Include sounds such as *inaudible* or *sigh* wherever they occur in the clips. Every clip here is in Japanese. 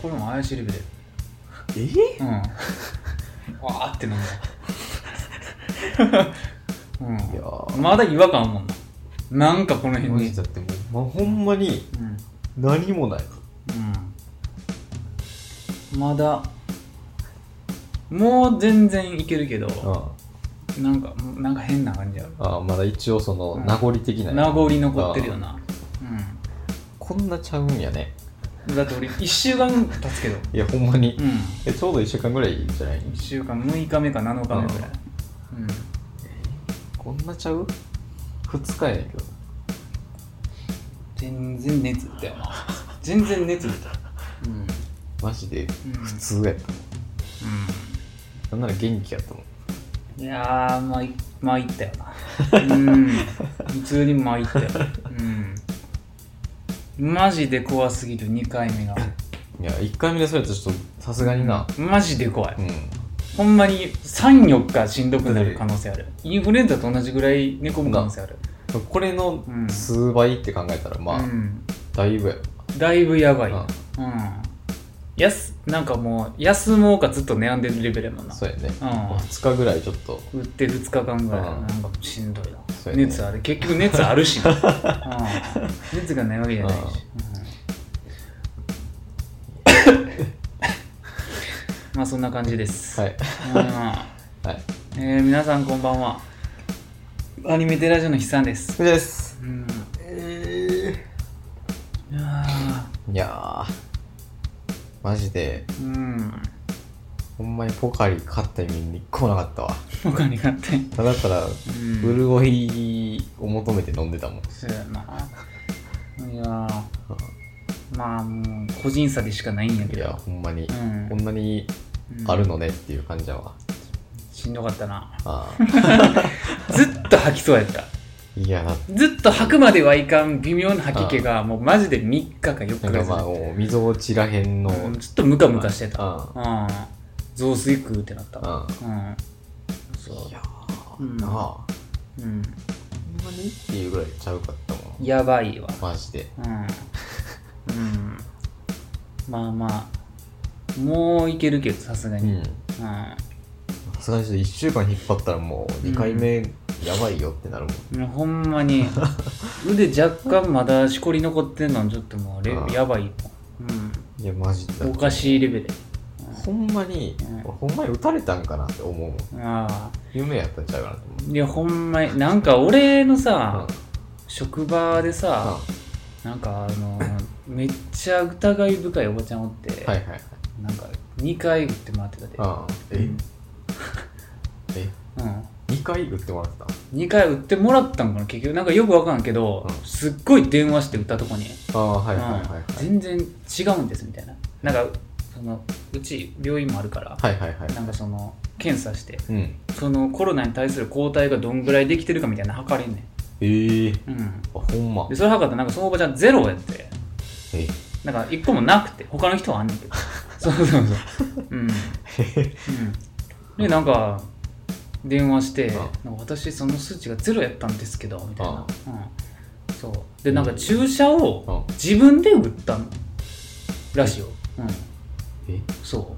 これも怪しいレベルえ *laughs* うんわーってなるうんいやーまだ違和感あんもんななんかこの辺マにジだってもう、まほんまにうん何もないうんまだもう全然いけるけどあなんかなんか変な感じあるあああまだ一応そのうん名残的な、名残残ってるよなうこんなちゃうんやねんだって俺1週間経つけどいやほんまに、うんえちょうど1週間ぐらいじゃない1週間6日目か7日目ぐらいうんこんなちゃう ?2 日やねんけど全然熱打ったよな全然熱打ったうんマジでうん普通やったもん、なんなら元気やったもんうんいやーまい参ったよなうん普通に参ったようんマジで怖すぎる2回目がいや1回目でそれやったらちょっとさすがになマジで怖いうん、ほんまに34日しんどくなる可能性あるインフルエンザと同じぐらい寝込む可能性あるこれのうん数倍って考えたらまあ、うん、だいぶやろだいぶやばいようあんやすなんかもう休もうかずっと悩んでるレベルやもんなそうやね、うん2日ぐらいちょっと打って2日間ぐらいうんなんかしんどいな、そうやね熱ある結局熱あるし *laughs* な、うん熱がないわけじゃないし、うんまあそんな感じです、はいうんはいえー皆さんこんばんはアニメテラジオの悲惨です、それですうん、えいやいやーマジでーうんほんまにポカリ買った意味に来なかったわ他に買ってただただうん潤いを求めて飲んでたもん、そうやないやーまあもう個人差でしかないんやけいどやほんまに、うんこんなにあるのねっていう感じだわ、しんどかったなあずっと吐きそうやったーいやなずっと吐くまではいかん微妙な吐き気がもうマジで3日か4日なんぐらかいまあ続いもう溝落ちらへんの、てうんずっとムカムカしてたあうん雑炊食うってなったうんあそいやううんなあうんほんまにっていうぐらいちゃうかったもんやばいわマジでうんうんまあまあもういけるけどさすがうにんうんさすがに1週間引っ張ったらもう2回目やばいよってなるもん、もうほんま *laughs* に腕若干まだしこり残ってんのちょっともうレああやばいもんいやマジでうんおかしいレベルほんまに、うん俺ほんまに打たれたんかなって思うもんああ夢やったんちゃうかなって思ういやほんまになんか俺のうんさ、職場でさ、なんかあの *coughs* めっちゃ疑い深いおばちゃんおって、うんはいはいはいなんか2回打ってもらってたで、ああえ、うんえうん、 2回打ってもらってた2回打ってもらったんかな結局なんかよくわからんけど、うんすっごい電話して打ったとこに、ああはいはいはいはい、うん全然違うんですみたいななんかそのうち病院もあるから、はいはいはいなんかその検査してうんそのコロナに対する抗体がどんぐらいできてるかみたいなの測れんねええん、うん、あほんまでそれ測ったらなんかそのおばちゃんゼロやってえなんか一個もなくて他の人はあんねん *laughs* けどそうそうそううん、うん、でなんか電話してうん「なんか私その数値がゼロやったんですけど」みたいな、うん、そうでなんかうん注射をあ自分で打ったのらしいよ、うん、えそ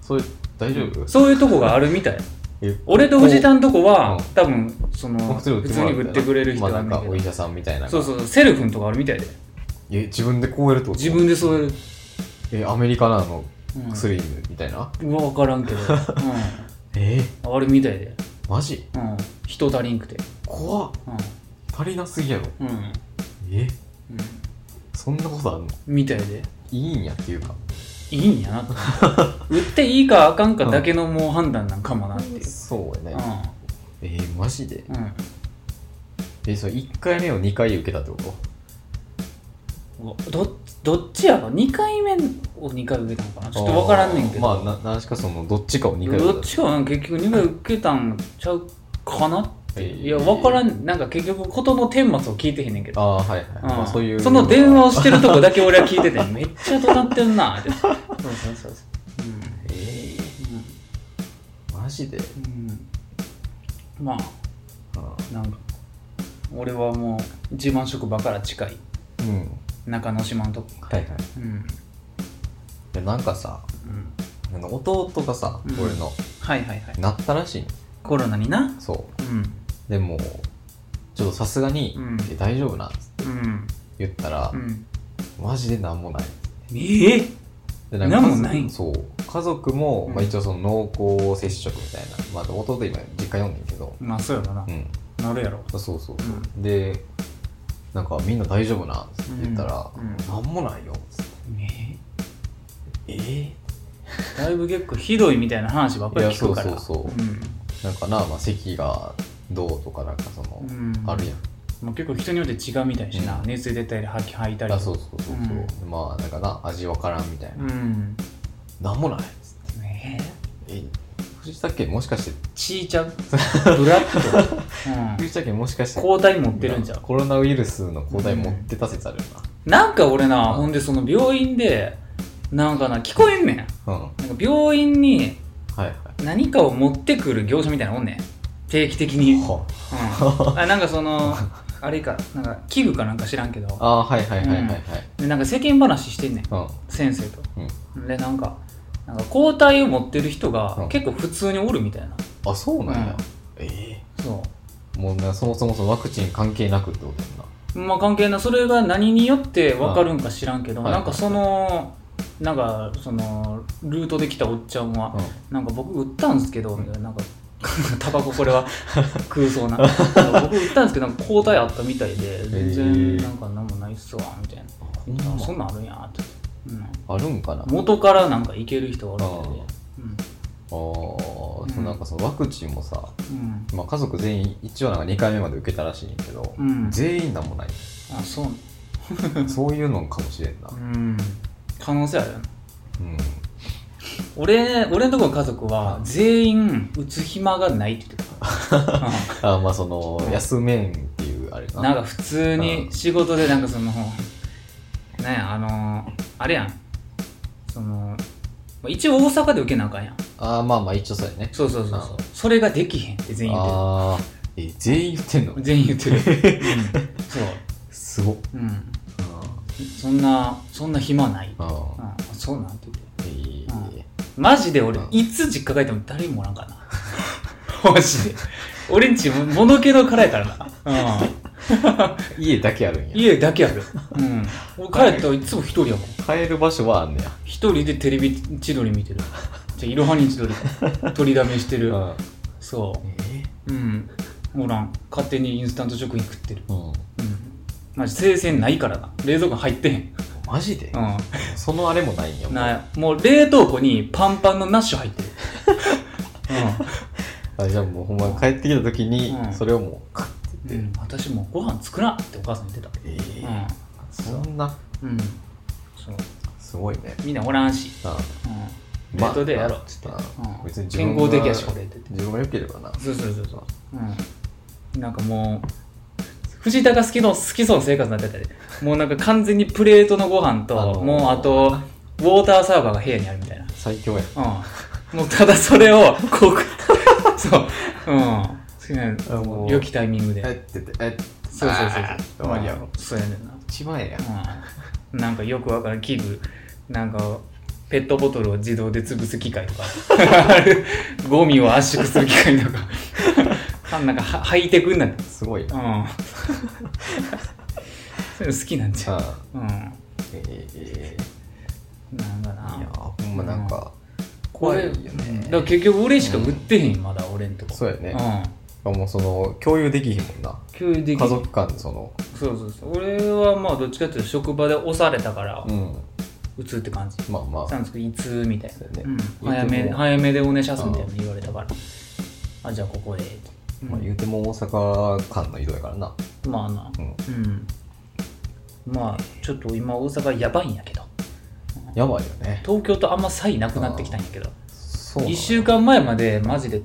それ大丈夫うそういうとこがある *laughs* みたいえ俺と藤田のとこはうん多分その普普通通に打ってもらうに売ってくれる人まあななんんだかけおど医者さんみたいなそうそうそうセル君とかあるみたいでえ自分でこうやるってこと自分でそういう、えアメリカなのうん薬みたいな、うわ分から *laughs* んけど、えうん、あるみたいで、マジうん、人足りんくて怖っう足りなすぎやろんうん、えうん、そんなことあんのみたいでいいんやっていうかいいんや *laughs* なと売っていいかあかんかだけのもう判断なんかもなっていう、そううやんね、えー、マジでうんえそれ1回目を2回受けたってことうわどっどっちやろ2回目を2回受けたのかなちょっと分からんねんけどあーまあな何しかそのどっちかを2回ど受っけたちかな結局2回受けたんちゃうかなって、えーいや分からんなんか結局ことの顛末を聞いてへんねんけどああーはいはい、うんまあ、そういうの電話をしてるとこだけ俺は聞いててめっちゃ怒鳴ってんなって *laughs* そうそうそうそうえー、マジでうん、うんうん、まああなんか俺はもう自慢職場から近いーうん中之島のとこはいはいうんでなんかさうん、なんか弟がさ、うん俺のはいはいはいなったらしいのコロナになそうんうでもちょっとさすがに、うんえ大丈夫な」っつってうん言ったら、うんマジでなんもないええでなんもないんそう家族も、うんまあ、一応その濃厚接触みたいな、まあ、弟今実家読んでんけどまあそうやろなう、んなるやろそうそうそう、うでなんかみんな大丈夫なっつって言ったら、うんうんなんもないよっつってええーえだいぶ結構ひどいみたいな話ばっかり聞くからいやそうそうそうんなんかな、まあ、席がどうとかなんかその、うんあるやんまあ、結構人によって違うみたいしな、うん熱出たり吐き吐いたりあそうそうそうそう、うまあなんかな味わからんみたいな、うんなんもないっつってええ藤田家もしかしてちーちゃんブラッ *laughs* と、うん、藤田家もしかして抗体持ってるんじゃんコロナウイルスの抗体持ってた説あるよなんか俺な、うんほんでその病院でなんかな聞こえんねんなんかなうん、はい病院にはい何かを持ってくる業者みたいなのおんねん定期的に、うん、はあなんかそのあれかなんか器具かなんか知らんけどああはいはいはいはいはい、でなんか世間話してんねんうん先生とうんでなんかなんか抗体を持ってる人うがん結構普通におるみたいな、あそうなんや、うんえそえもうなそもそもそのワクチン関係なくってことやんなうまあ関係ないそれが何によって分かるんか知らんけど、はいなんかそのなんかそのルートで来たおっちゃんは、うなんか僕売ったんですけどうんみたいななんかタバコこれは空想ななんか僕売ったんですけどなんか抗体あったみたいで全然なんか何もないっすわみたいな、んほんあまそんなんあるんやって、うん、あるんかなあ元からなんかいける人がおるみたいであー、うんそうなんかそのワクチンもさ、うんまあ、家族全員一応なんか2回目まで受けたらしいんやけど、うん、うん、全員なんもない *laughs* あそうそういうのかもしれんなうん可能性あるよなうん俺俺のとこの家族はうん全員打つ暇がないって言ってた、あーまあそのうん休めんっていうあれうなんなんか普通にうん仕事でなんかそのなんやあのあれやんそのまあ一応大阪で受けなあかんやんああまあまあ一応そうやねそうそうそうそううんそれができへんって全員言ってああえ全員言ってんのる全員言 *laughs* ってる、うんそうすごっうんあそんなそんな暇ない、あうーん、そうなんて言ってえーうんマジで俺、うんいつ実家帰っても誰もおらんからな。 *laughs* マジで。俺んち、ものけの殻やからな。家だけあるんや家だけある。うん。俺帰ったらいつも一人やもん。帰る場所はあんねや一人でテレビ千鳥見てる。じゃあ、いろはに千 *laughs* 鳥か。取りだめしてる。うんそえう。うん。おらん。勝手にインスタント食品食ってる。うんうん。マジ、生鮮ないからな。冷蔵庫入ってへん。マジでうん。そのあれもないんやもうない。もう冷凍庫にパンパンのナッシュ入 *laughs* ってる。うん。あじゃあもうほんまに帰ってきた時にうんそれをもうカッてう言ってん、私もうご飯作らんってお母さん言ってたえーそんなうん、うん、そうすごいねみんなおらんし、あうん、ま冷あ凍でやろうっつって、あうん、別に自健分康が的やしこれって言って自分が良ければなそうそうそうそう、うん、なんかもう藤田が好きの好きそうな生活になってたでもうなんか完全にプレートのご飯と、あのーもうあとウォーターサーバーが部屋にあるみたいな最強やうんもうただそれをこう *laughs* そううん好きなあもう良きタイミングでえっててえそうそうそうあーそう終わりやろうんそうやねんな一番ええやんうんなんかよくわからん器具なんかペットボトルを自動で潰す機械とか *laughs* ゴミを圧縮する機械とかあんなんかはハイテクになってすごいうん *laughs* なそういうの好きなんじゃんあうんええなんかないやほんまなんかこ怖れいよねだから結局俺しか売ってへん、まだ俺んとこそうやねうもうその共有できひんもんなん共有でき家る族間でそのそうそうそう俺はまあどっちかっていうと職場で押されたからうん打つって感じまあまなんですけどいつみたいそうな、やねうんも早めで早めでお願いしますみたいなの言われたからあじゃあここで、あままああ言うても大阪間の移動やからなまあなうんうんまあちょっと今大阪やばいんやけどやばいよね東京とあんま差異なくなってきたんやけどそうなの1週間前までマジで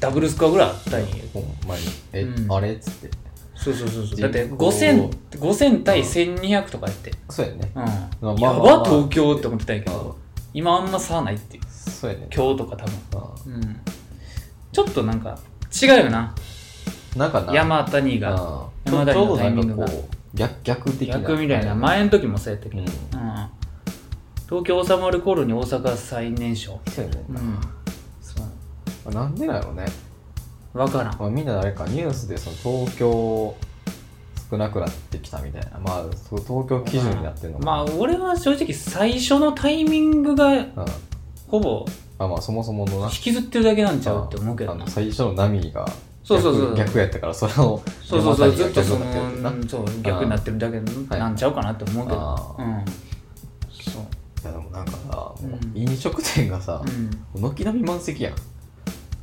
ダブルスコアぐらいあったんやほんまにえうんあれっつってそうそうそうそう人口だって5000 5000対1200とかやってそうやねうん、まあやまあまばあ東京って思ってたんやけあど今あんま差ないっていうそうやね今日とか多分あうんちょっとなんか違うよななんかな山谷があち山ょ田ちにょうのどタイなミンんグかがこう逆逆的な逆みたいな前の時もそうやったけどうんうん、東京収まる頃に大阪最年少そうよねうんそうあなんでなのね、分からんまあ、みんなあれかニュースでその東京少なくなってきたみたいなまあそう東京基準になってるのかなまあ俺は正直最初のタイミングがうんほぼあまあそもそものな引きずってるだけなんちゃうって思うけどあなの最初の波がそうそうそう逆逆やったからそれをそうそうそうずっとそ山の谷が逆になってるってなうんそう逆になってるだけなんちゃうかなって思うけど、あーうんそういやでもなんかさもうんう飲食店がさうん軒並み満席やん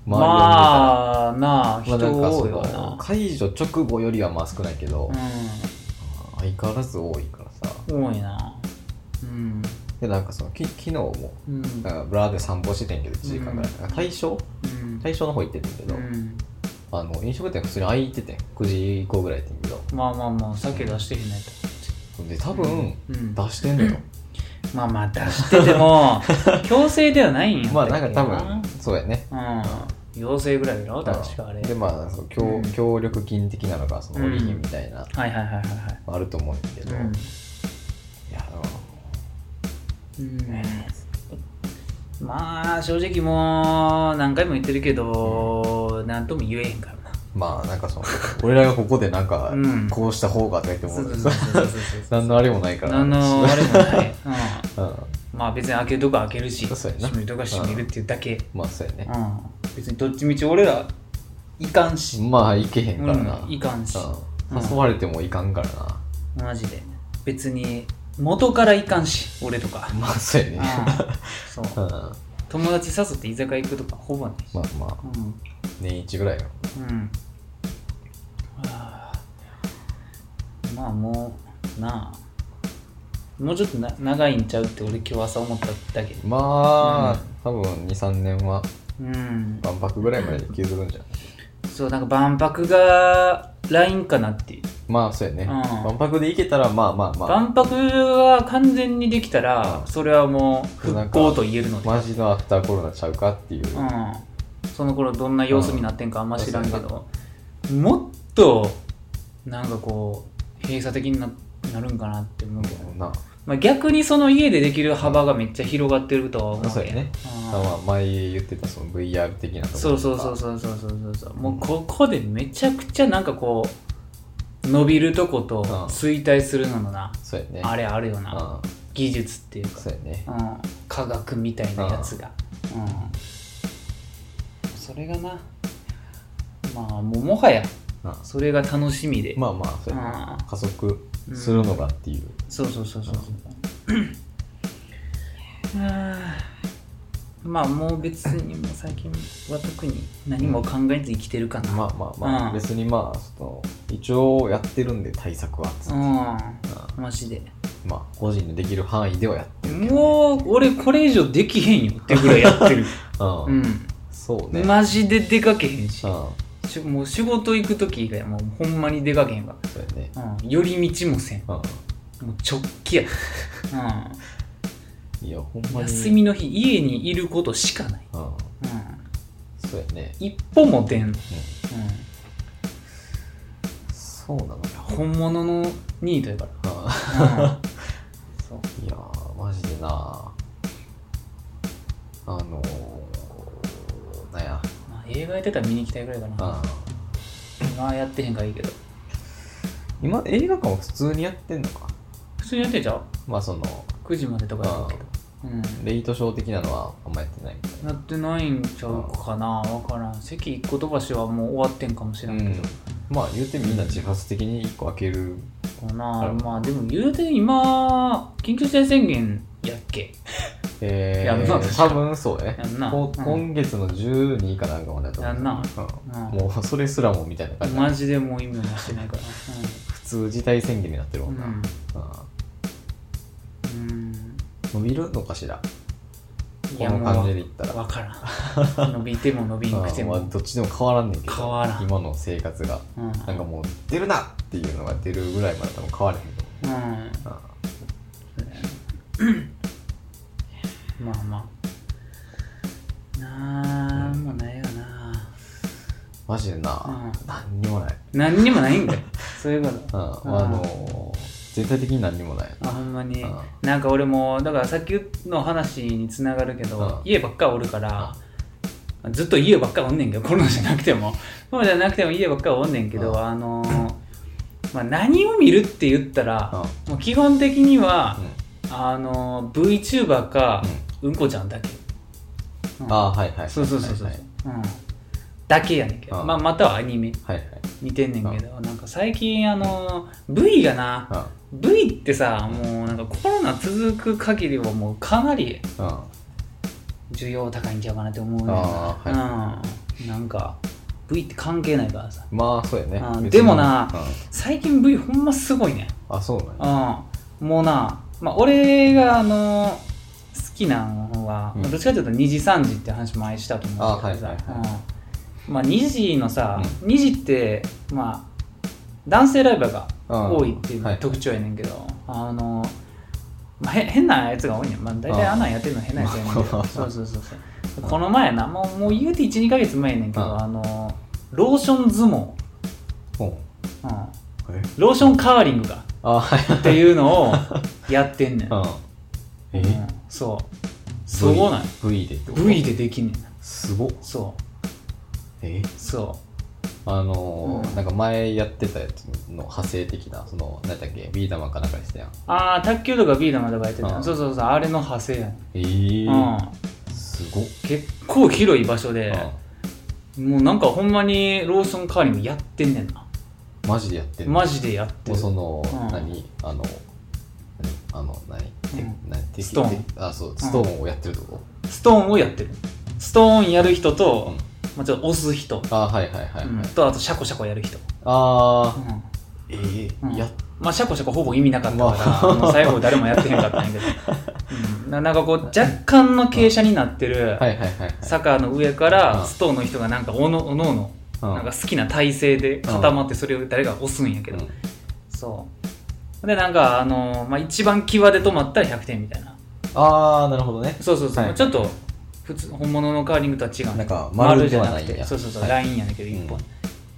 ま周あなありを見人たらまあ多いなんわかそのな解除直後よりはまあ少ないけど、う相変わらず多いからさん多いなうんでなんかそのき昨日もうんなんかブラで散歩してんけど1時間ぐらい、なんか大正うん大正の方行っててんけど、うんあの飲食店普通に空いててん9時以降ぐらいやってんけどまあまあまあ酒出してへんねで多分、とうん出してんのよ、まあまあ出してて *laughs* も強制ではないんやまあなんか多だっ分けそうやねなうん陽性ぐらいだろ確かあれでまあその協,、うん協力金的なのがその折り金みたいな、はいはいはいはいはいあると思うんだけど、いやうんうんまあ正直もう何回も言ってるけど何とも言えへんからなまあなんかその俺らがここでなんかうんこうした方がとか言ってそも、うそうそうそうそうそう *laughs* 何のあれもないから何のあれもないうんうんまあ別に開けるとこ開けるしそうやな閉めるとこは閉めるっていうだけ、まあそうやねうん、別にどっちみち俺らいかんし、まあいけへんからな、うんいかんしうんうん誘われてもいかんからな、 *laughs* マジで別に元からいかんし俺とか、まあそうやうねん、 *laughs* そううんま友達誘って居酒屋行くとかほぼないし、あまあうん年一ぐらいようんはあまあもうなあもうちょっとな長いんちゃうって俺今日朝思っただけまあ、多分23年はうん万博ぐらいまでで削るんじゃないそうなんか万博が LINE かなっていうまあそうやね、うん万博で行けたらまあまあまあ万博は完全にできたら、うんそれはもう復興と言えるので、マジのアフターコロナちゃうかっていう、うん、その頃どんな様子になってんかあんま知らんけうんど、もっとなんかこう閉鎖的にななるんかなって思うけど、なまあ、逆にその家でできる幅がめっちゃ広がってるとは思うけどそうやね、うんまあ前言ってたその VR 的なところそうそうそうそうそうそうそうもうここでめちゃくちゃなんかこう伸びるとことん衰退するののな、そうやねあれれあるような、ん技術っていうかそうやねうん、科学みたいなやつが、うん、それがなまあもうもはやうんそれが楽しみで、まあまあそうやねうん加速するのがっていう、そうそうそうそうそうはあまあもう別にもう最近は特に何も考えず生きてるかな、まあまあまあ、うん別にまあその一応やってるんで対策はつって、うんマジでまあ個人のできる範囲ではやってるけど、ねもう俺これ以上できへんよってぐらいや *laughs* ってる、うんうそうんね、マジで出かけへんしうんしもう仕事行く時以外はもうほんまに出かけへんわそうやねうん、寄り道もせんうんもう直帰や、いやほんうん、まに休みの日家にいることしかない、うんうん、そうやね、一歩も出ん、うん、うん、そうなのよ本物のニートやかうん *laughs* ら、うん、そういやー、マジでなあのー、なんや、まあ、映画やってたら見に行きたいぐらいかなあ今はやってへんからいいけど今、映画館は普通にやってんのか。普通にやってんじゃうまあ、その、 9時までとかやるけど、レイトショー的なのはあんまやってないみたいうん、やってないんちゃうかなわからん席一個飛ばしはもう終わってんかもしれな。んけど、まあ、言うてみんな自発的に1個開ける。かな、うんまあでも言うて今緊急事態宣言やっけえー、やんな多分そうねやんなこうん今月の12かなんかまでだと思う。やんなうんうんもう、それすらもみたいな感じ。マジでもう意味もしてないから普通、事態宣言になってるもんな。ううんうん、んうん、伸びるのかしらいこやのも感うじでいったら。分 *laughs* からん伸びても伸びんくても、まあどっちでも変わらんねんけど変わらん今の生活がうんなんかもう出るなっていうのが出るぐらいまで多分変わらへんとうん思まあまあなんもないよなうマジでな、うん何にもない、何にもないんだよそういうことうんうんあのー全体的に何にもないあほんまにうんなんか俺もだからさっきの話につながるけどうん家ばっかおるからずっと家ばっかおんねんけどコロナじゃなくてもコロナじゃなくても家ばっかおんねんけうんどあのーまあ何を見るって言ったうんらもう基本的にはうんあのー VTuber かうんこちゃんだけうんああはいはいそうそうそうそうはいうんだけやねんけどうんまあまたはアニメはいはい見てんねんけどなんか最近あのー V がなはい V ってさもうなんかコロナ続く限りはもうかなりうんうん需要高いんちゃうかなって思うねんあーなうん、なんか V って関係ないからさまあそうやねあー別にでもなうん最近 V ほんますごいねあそうなんやうんもうな、まあ、俺があの好きなのは、うんまあどっちかというと2時3時って話前したと思うんだけどさ、あはいはいうんまあ、2時のさ、2時ってまあ男性ライバーがうん多いっていうのはが特徴やねんけど、あの、まあ、へ変なやつが多いねん、まあ、大体あああんなんやってるの変なやつやねん *laughs* けどそうそうそうそううんこの前なもうもう言うて12か月前やねんけど、うんあのローション相撲、うんうんえローションカーリングがあはいはいっていうのをやって *laughs* んねん、うんうんえそうすごない V でってこと V でできんねんなすごっそえうそあのーうんなんか前やってたやつの派生的なその何だっけビー玉かなんかにしたやんうああ卓球とかビー玉とかやってたうんそうそうそうあれの派生やねん、ええうんすごっ結構広い場所で、うもうなんかほんまにローソンカーリングやってんねんなんマジでやってるマジでやってもるうその、うん何あの何あの何うてん何てストーンてあそうストーンをやってるとこ、ストーンをやってるストーンやる人と、うんまあ、ちょっと押す人、あはいはいはいはい、うんとあとシャコシャコやる人、あうーんええうんやっまあシャコシャコほぼ意味なかったまから、あもう最後誰もやってへんかった *laughs* んやけど、うんななんかこう若干の傾斜になってるはいはいはいはいサッカーの上かうらんストーンの人がなんかおのおのおのうんなんか好きな体勢で固まってそれを誰か押すんやけうどんそうでなんかあのーまあ一番際で止まったら100点みたいなああなるほどねそうそうそう、はいちょっと普通本物のカーリングとは違うなんか丸じでゃはななくいんやてそうそうそう、はいラインやねんけどうん1本、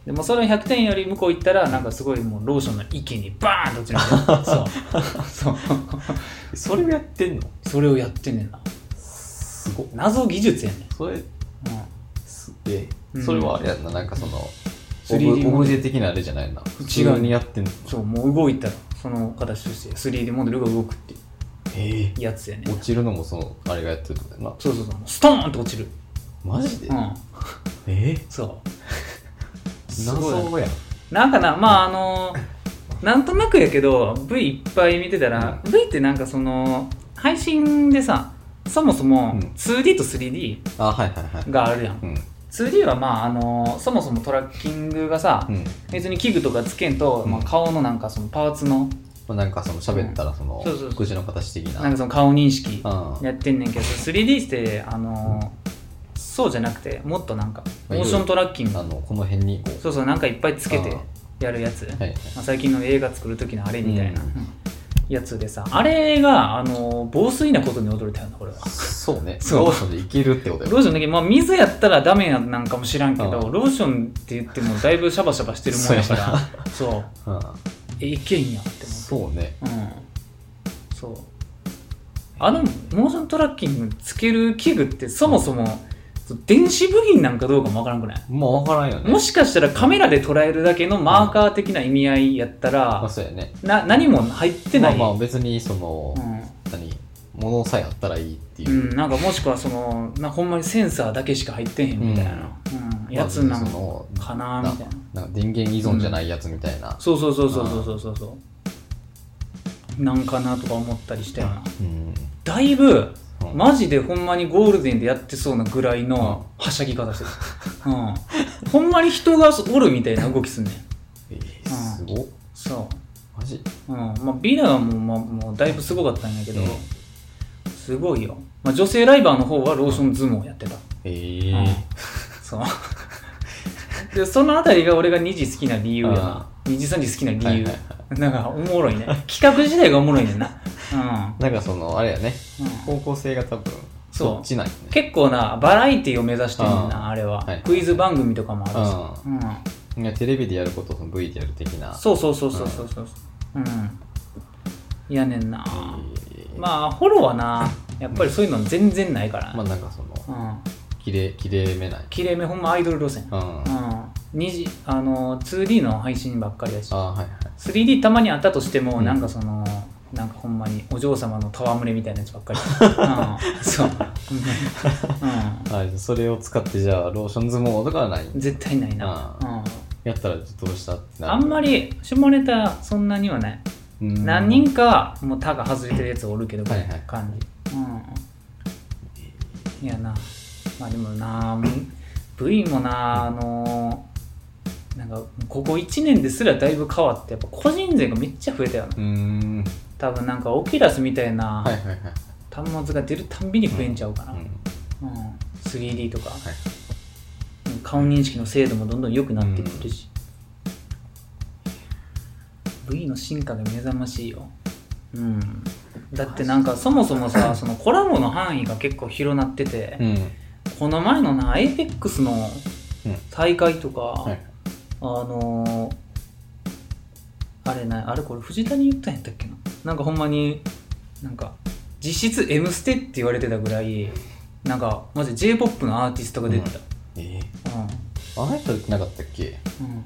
でもそれ100点より向こう行ったらなんかすごいもうローションの池にバーンと落ちるみ *laughs* たいなそうそうそれをやってんのそれをやってんねんなすごっ謎技術やねん、それすえうんそれはあれやんななんかそのオ 3D ブオブジェ的なあれじゃないな普通にやってんのうんそうもう動いたらその形として 3D モデルが動くっていえうやつやねえん落ちるのもそのあれがやってるってことやなそうそうそうストーンと落ちるマジで、うんええそうすごいな謎やんなんかな、まああの、なんとなくやけど、V いっぱい見てたら、V ってなんかその、配信でさ、そもそもうん 2D と 3D あはいはいはいがあるやん。うん 2D はまああの、そもそもトラッキングがさう、ん別に器具とかつけんと、うんまあ、顔のなんかそのパーツの、まあ、なんかその喋ったらそのそうそうそう口の形的ななんかその顔認識あやってんねんけど、3D って、あの、そうじゃなくて、もっとなんか、まあモーショントラッキンあグ、のこの辺にこうそうそう、なんかいっぱいつけてあやるやつ。はいまあ最近の映画作る時のあれみたいなうんやつでさ、あれがあの防水なことに驚いたよな俺はそうねそうローションでいけるってことよローションだけど、まあ、水やったらダメやなんかも知らんけどああローションって言ってもだいぶシャバシャバしてるもんやからそううえいけんやってんそうね思ってうんそうあのモーショントラッキングつける器具ってそもそも、電子部品なんかどうかもわからんくないまあ分からんよねもしかしたらカメラで捉えるだけのマーカー的な意味合いやったまあら、そうやねな何も入ってない、まあまあ別にその、うん、何物さえあったらいいっていうう、ん、なんかもしくはそのなほんまにセンサーだけしか入ってへんみたいな、うんやつなまあのそのかなみたいななんか電源依存じゃないやつみたいな、そうそうそうそうそうそうそうそうなんかなとか思ったりしたよなうんだいぶうんマジでほんまにゴールデンでやってそうなぐらいのはしゃぎ方してる、うん、ほんまに人がおるみたいな動きすんねんえーすごっそマジう、うんまあ、ビラはもう,、まあ、もうだいぶすごかったんやけど、うんすごいよ、まあ、女性ライバーの方はローション相撲やってたえうーんそう *laughs* でそのあたりが俺が2時好きな理由やな2時3時好きな理由、はいはいはなんかおもろいね企画自体がおもろいねんな、なんかそのあれやねうんうん方向性が多分そうそっちなんよね結構なバラエティを目指してんねんなあれは、はいクイズ番組とかもあるし、うんうんいやテレビでやることをその V でやる的なそうそうそうそうそうそううんやねんなまあフォローはなやっぱりそういうの全然ないから、まあなんかそのうん、きれいきれいめないきれいめほんまアイドル路線、うんうん二次あの 2D の配信ばっかりだしあはいはい 3D たまにあったとしても、うんなんかそのなんかほんまにお嬢様の戯れみたいなやつばっ *laughs* かり、うん、そう、うんあそれを使ってじゃあローション相撲とかはないうん、絶対ないな、あやったらどうしたってう、なんるあんまり下ネタそんなにはない、うん何人かもう他が外れてるやつおるけど、はいはい感じ、うん、いやなまあでもなもう V もなあのなんかここ1年ですらだいぶ変わってやっぱ個人税がめっちゃ増えたよなうん多分なんかオキュラスみたいな、はいはいはい端末が出るたんびに増えんちゃうかな、ううんん 3D とか、いうん顔認識の精度もどんどん良くなってくるし、V の進化が目覚ましいよ、うん、だってなんかそもそもさそのコラボの範囲が結構広なってて、うんこの前のな APEX のうん大会とか、はいあのーあれなあれこれ藤谷言ったんやったっけななんかほんまになんか実質「M ステ」って言われてたぐらいなんかマジ j p o p のアーティストが出てた、えうんー、あの人なかったっけうん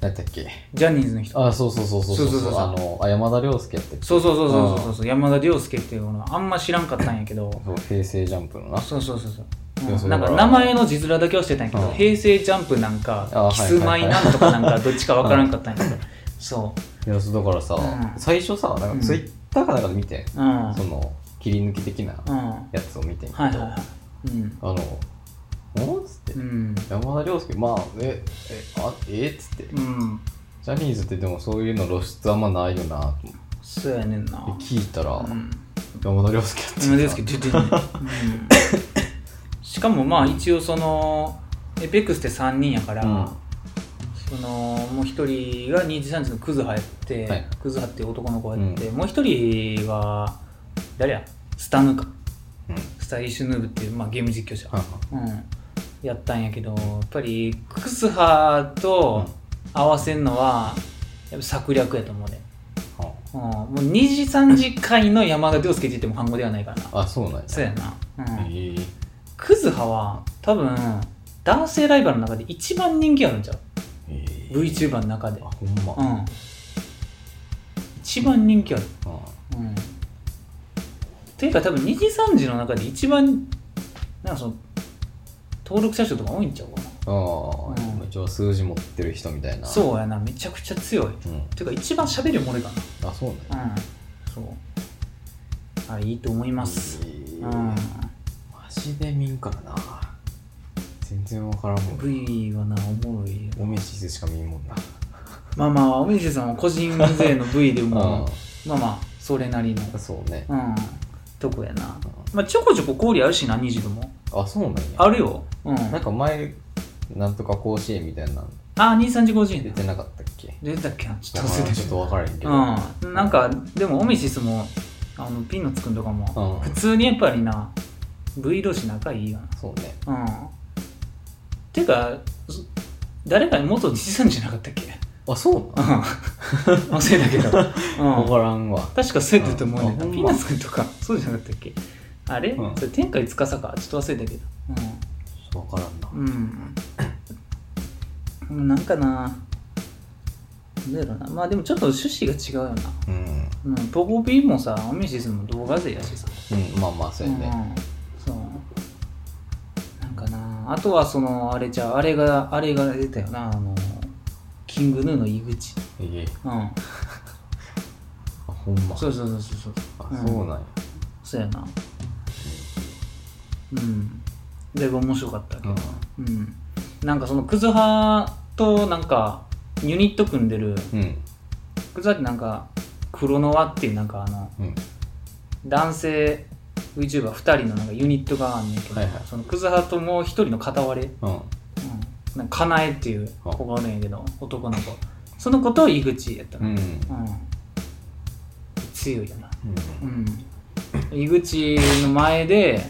何やったっけジャニーズの人あそうそうそうそうそうそうそうそうあのあ山田涼介やったっけそうそうそうそうそうそう山田涼介っていうのはあんま知らんかったんやけどそう平成ジャンプのなそうそうそうそういやそうんうなんか名前の字面だけはしてたんやけど、うん平成ジャンプなんかあはいはいはいキスマイなんとかなん *laughs* かどっちかわからんかったんやけど、そいやそうだからさ、うん最初さなんかツイッターかなんかで見て、ううんうんその切り抜き的なはやつを見てんいけど、はいはいうんあの「おっ?」つって、うん山田涼介まあええあえっつって、うんジャニーズってでもそういうの露出あんまないよなと思ってそうやねんな聞いたら、うん山田涼介やって今ですけど出てんねんうんしかもまあ一応そのエペックスって3人やから、うんそのもう一人が2時3時のクズハやって、はいクズハっていう男の子やって、もう一人は誰やスタヌかうんスタイリッシュヌーブっていう、まあ、ゲーム実況者、はうん、やったんやけどやっぱりクズハと合わせんのはやっぱ策略やと思うねあはうん、もう2時3時回の山田涼介って言っても半語ではないからなああそうなんやそうやな、うん、ええクズハは多分男性ライバルの中で一番人気あるんちゃうええ VTuber の中であほんま、ううんん一番人気あるうんていうか多分2時3時の中で一番なんかその登録者数とか多いんちゃうかああ、うん一応数字持ってる人みたいな、なそうやなめちゃくちゃ強いううん、ていうか一番喋るもれかあそうなんやなうんそうあれいいと思います、ええうんマジで見んからな全然わからんもん V はなおもろいよおめしずしか見んもんなまあまあおみせさんは個人税の V でも *laughs* うまあまあそれなりのんそうねうんとこやなうんまあちょこちょこ氷あるしな2時でもあそうなんやあるようんなんか前なんとか甲子園みたいなのあ二23時50出円てなかったっけ出てたっけなちょっと忘れあてちょっとわからへんけど、たうんなんかでもオミシスもあのピンのつくんとかもうん普通にやっぱりな V 同士仲いいよそうねなうんてかそ誰か元じさんじゃなかったっけあそうなうん忘れたけど *laughs* うのん分からんわ確かそうやったと思うねんだ、うんあほんまピーナッツくんとかそうじゃなかったっけあれ、うんそれ天海司かちょっと忘れたけど分からんなうんうんなんかななんだろうなまあでもちょっと趣旨が違うよなうん、ううんんポコピーもさオミシスも動画勢やしさまあまあそうやね、うん、そうなんかなあとはそのあれじゃうあれがあれが出たよなあのキングヌーの井口ええうんあほんまそうそうそうそうそうあうんそうなんや、そうやなうんだいぶ面白かったけどうん、うん、なんかそのクズ派となんかユニット組んでるうんクズ派ってなんかクロノワっていうなんかあのうん男性 VTuber2 人のなんかユニットがあんねんけど、はいはいそのクズ派ともう一人の片割れ、うんうん、なんかかなえっていう子がおるんやけど男の子その子と井口やったうの、うん、ん、強いよなうんうん、井口の前で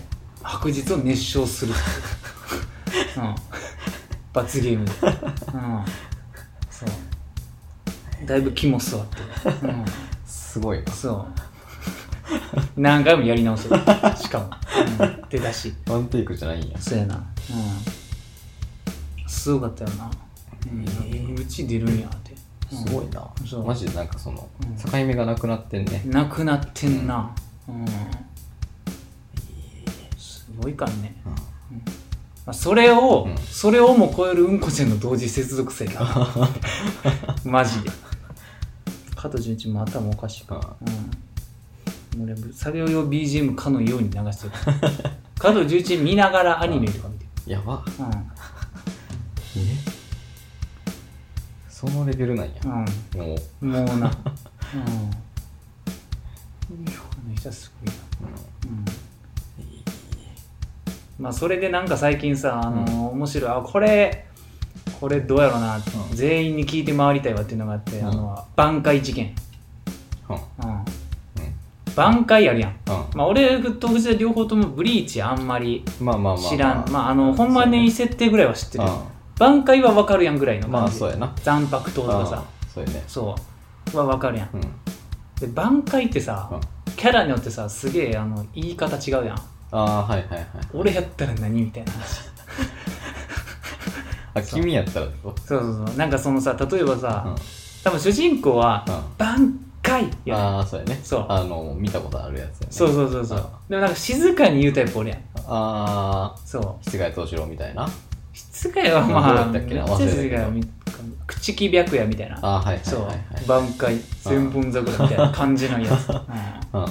白日を熱唱す *laughs* る、うん、罰ゲームで、うん、そうだいぶ気も座って、うん、すごいなそう何回もやり直せるしかも、うん、出だしワンテイクじゃないんやそうやなうんすごかったよな、うんうち出るんやって、うんすごいな、そうマジでなんかそのうん境目がなくなってんね、なくなってんなうん、すごいからね、うんまあ、それを、うんそれをも超えるうんこちゃんの同時接続性 *laughs* がマジで加藤純一も頭おかしいからうん俺作業用 BGM かのように流してる加藤純一見ながらアニメとか *laughs* 見てるやばうえそのレベルなんや、ん、うんもう、 *laughs* もうな。うん。あの人はすごいな。うん。まあ、それでなんか最近さ、あのうん面白い、あ、これ、これどうやろうな、ん全員に聞いて回りたいわっていうのがあって、うんあの、挽回事件。うんうんうん。挽回あるやん。うんまあ、俺と藤田両方ともブリーチあんまりまあまあまあ、まあ、知らん。まあ、あの、ほんまに設定ぐらいは知ってるよ。う挽回はわかるやんぐらいのんまあ感じ。そうやな残白刀とかさ、うんそうやねそう。はわかるやん。うんで、挽回ってさ、うんキャラによってさすげえあの言い方違うやんああーはいはいはい俺やったら何みたいな *laughs* 話あそう君やったらってことそうそうそうなんかそのさ例えばさ、うんうん多分主人公は挽回やああそうやねそうあの見たことあるやつやねんそうそうそうそう、うんでもなんか静かに言うタイプ俺やんああそう室外藤四郎みたいな静かやはまあどうめっやったっちけなゃ忘れたけど静かやみ口木白夜みたいなああはいはいそう、はいはい挽回千本桜みたいな感じのや *laughs* つ、うんうん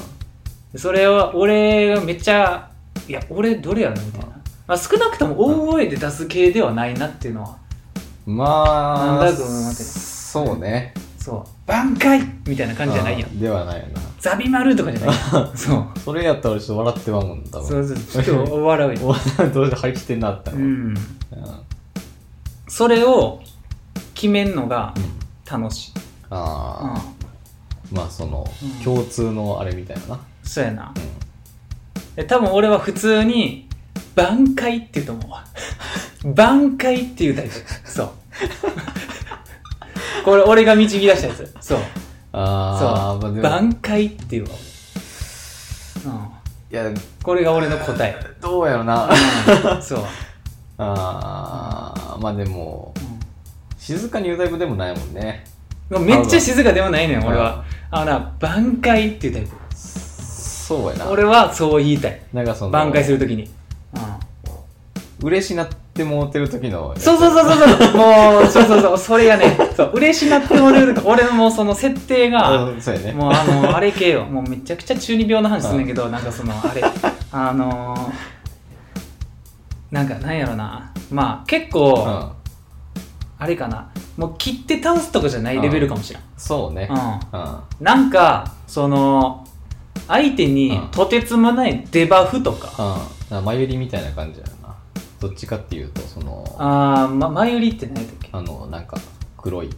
でそれは俺がめっちゃいや俺どれやろみたいな、まあ、少なくとも大声で出す系ではないなっていうのは、まなあんだと思うわけそうねそう挽回みたいな感じじゃないやんうんではないよなザビマルとかじゃないやんそう *laughs* それやったらちょっと笑ってまうもん多そ分うそうちょっと笑うよ、お前 *laughs* どうして張り切ってんなったうのん、それを決めんのが楽しい、あうんあーまあそのうん共通のあれみたいななそうやなうんで多分俺は普通に挽回って言うと *laughs* 思うわ挽回っていうタイプそう *laughs* これ俺が導き出したやつそうああそうまあでも挽回っていうわ、うん、いやこれが俺の答 *laughs* え、どうやろなうんそう、あーまあでもうん静かに言うタイプでもないもんねもうめっちゃ静かではないねんうん俺はあのな挽回っていうタイプそうやな俺はそう言いたいなんかその挽回するときに、うん、嬉しなってもうてる時のそうそうそうそうそうもうそうそうそうそれやねそう嬉しなってもらえると俺もその設定がうんそうやねもうあのあれ系よもうめちゃくちゃ中二病の話すんねんけどなんかそのあれあのーなんかなんやろなまあ結構、うんあれかなもう切って倒すとかじゃないレベルかもしれん、そうねうんうんあなんかその相手にうんとてつもないデバフとか、あ前売りみたいな感じやなどっちかっていうとそのあああま前売りって何やったっけのなんか黒い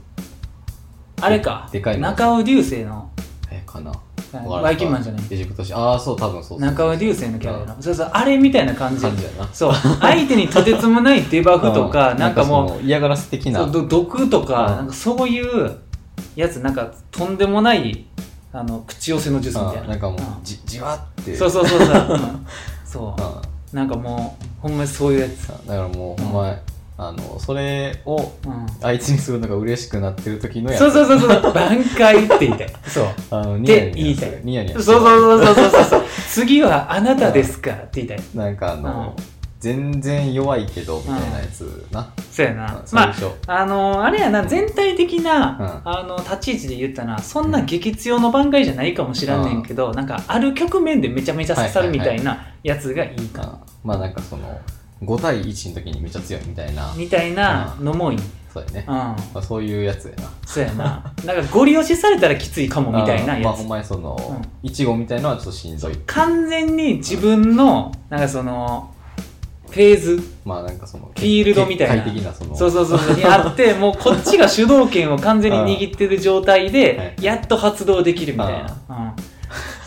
あれかでかいの中尾流星のえかなはいわからんバイキンマンじゃないエジプトしああそう多分そうそう中尾流星のキャラやなそうそうあれみたいな感じ感じやなそう相手にとてつもないデバフとか、うなんかもその嫌がらせう的そなうど毒とか,、うんなんかそういうやつなんかとんでもないあの口寄せの術みたいうんななんかもううじじわってんそうそうそうそう *laughs* うんそうんうなんかもうほんまにそういうやつ、だからもうほんま、あのそれをうん、あいつにするのが嬉しくなってる時のやつそうそうそうそう挽回って言いた *laughs* いそうあのっニヤてニ言ヤいすたいるニヤニヤそうそうそうそうそうそう次はあなたですかって言いたいうなんかあの、うん全然弱いけどみたいなやつな、そうやなあ最まあ初、あのあれやな全体的な、あの立ち位置で言ったらそんな激強の挽回じゃないかもしらんねんけど、なんかある局面でめちゃめちゃ刺さるみたいなやつがいいかな、あまあなんかその5対1の時にめっちゃ強いみたいな、みたいなのもいい、うんそうやね、まあ、そういうやつやなそうやななんかゴリ押しされたらきついかもみたいなあまあやつほんまにそのういちごみたいのはちょっとしんどい完全に自分のなんかそのフェーズまあなんかそのフィールドみたいな結界的なそのそうそうそうそうにあってもうこっちが主導権を完全に握ってる状態うんはでいやっと発動できるみたいな、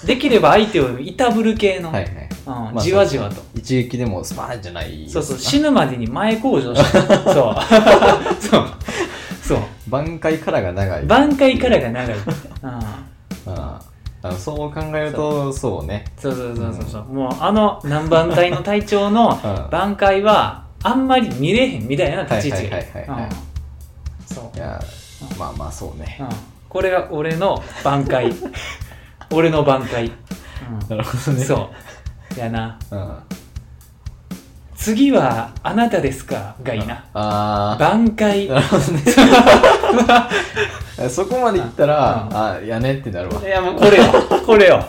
うん、できれば相手をいたぶる系の、はいはいうんまあじわじわとそう一撃でもスパーンじゃないそうそう死ぬまでに前向上して *laughs* る *laughs* そうそうそう挽回からが長い挽回からが長い、うん、ああのそう考えるとそうねそうそうそうそうそう、もうあの南蛮隊の隊長のうん挽回はあんまり見れへんみたいな立ち位置がはいはいはいはいはいうんそういやまあまあそうねうんこれが俺の挽 *laughs* 回俺の挽回、なるほどうん、ねそうやなうんあ次はあなたですかがいいなあ挽回ーなるほど *laughs* ねそこまでいったらうんあやねってなるわいやもうこれよこれよ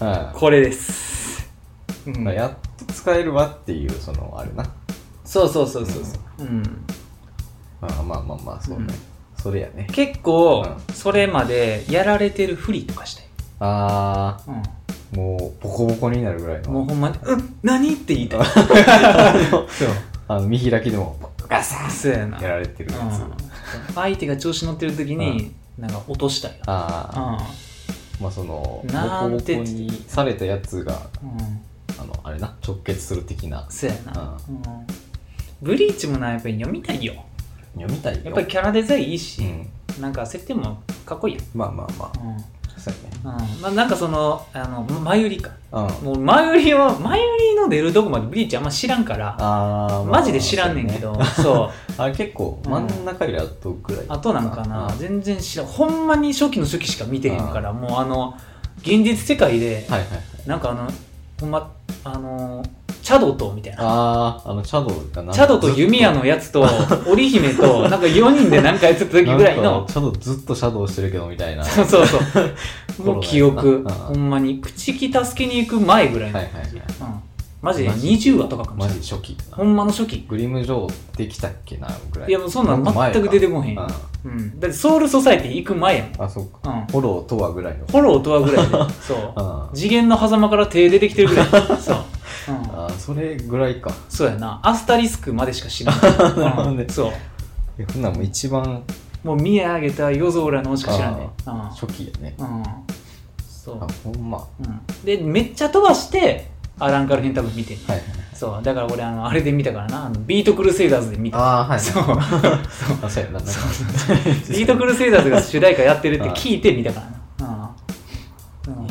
うこれです、うんんやっと使えるわっていうそのあれなそうそうそうそうそう、うん、あまあまあまあそうねうんそれやね結構うそれまでやられてるふりとかして、あうんあもうボコボコになるぐらいのもうほんまに「うん何?」って言いたいそうあの見開きでもガサッそうやなやられてるやつ、うん相手が調子乗ってる時に、なんか落としたいなああまあそのなんてボコボコにされたやつがうん、うん、あのあれな直結する的なそうやな、うんブリーチもなやっぱり読みたいよ読みたいよやっぱりキャラデザインいいしう、ん、なんか設定もかっこいいやまあまあまん、うんあそうやねまあ、なんかそのあの前売りかうんもう前売りは前売りの出るとこまでブリーチあんま知らんからあーマジで知らんねんけど、 *laughs* そうあれ結構真ん中より後ぐらい、あとなんかな全然知らんほんまに初期の初期しか見てへんからもうあの現実世界ではいはいはいなんかあのほんまあのチャドとみたいなあああのチャドがなチャドと弓矢のやつと織姫 *laughs* となんか4人で何かやってた時ぐらいなんのかチャドずっとシャドウしてるけどみたいなそうそう *laughs* そうもう記う憶んほんまに口木助けに行く前ぐらいのはいはいはいうんマジで20話とかかもマしれジない初期ほんまの初期グリムジョーできたっけなぐらいいやもうそんなん全く出てこへん前かうんだってソウルソサイティ行く前やもんうんあそっうかんフォローとはぐらいのフォローとはぐらいでそうあ次元の狭間から手出てきてるぐらい *laughs* そう、うん、あーそれぐらいかそうやなアスタリスクまでしか知らん、 *laughs* なるほどねうんそいやほんなんもう一番うもう見上げた夜空のしか知らんね初期やねうん、うん、そうあ、ほんまはうん、でめっちゃ飛ばしてアランカル編多分見てる、いはいはいそうだから俺あのあれで見たからなあのビートクルセイダーズで見たああはいそうあそうやななんかビートクルセイダーズが主題歌やってるって聞いて見たからな、うんうん、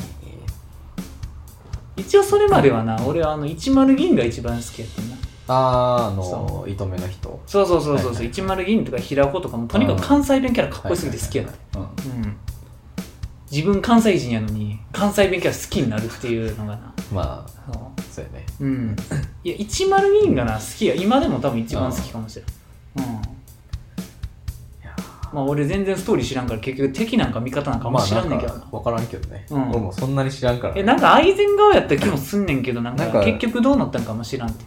一応それまではな俺はあの10銀が一番好きやったな *laughs* あーあその糸目の人そうそうそうそうそはいはう、い一丸銀とか平子とかもとにかく関西弁キャラかっこよすぎて好きやった、はいはいはいうん、自分関西人やのに関西弁キャラ好きになるっていうのがなうんまあそそうやねううんいや一丸銀がな好きや今でも多分一番好きかもしれんうんいやまあ俺全然ストーリー知らんから結局敵なんか味方なんかあんま知らんねんけどな,、分からんけどねうん俺もそんなに知らんからえなんかアイゼン側やった気もすんねんけどなんかなんか結局どうなったんかも知らんって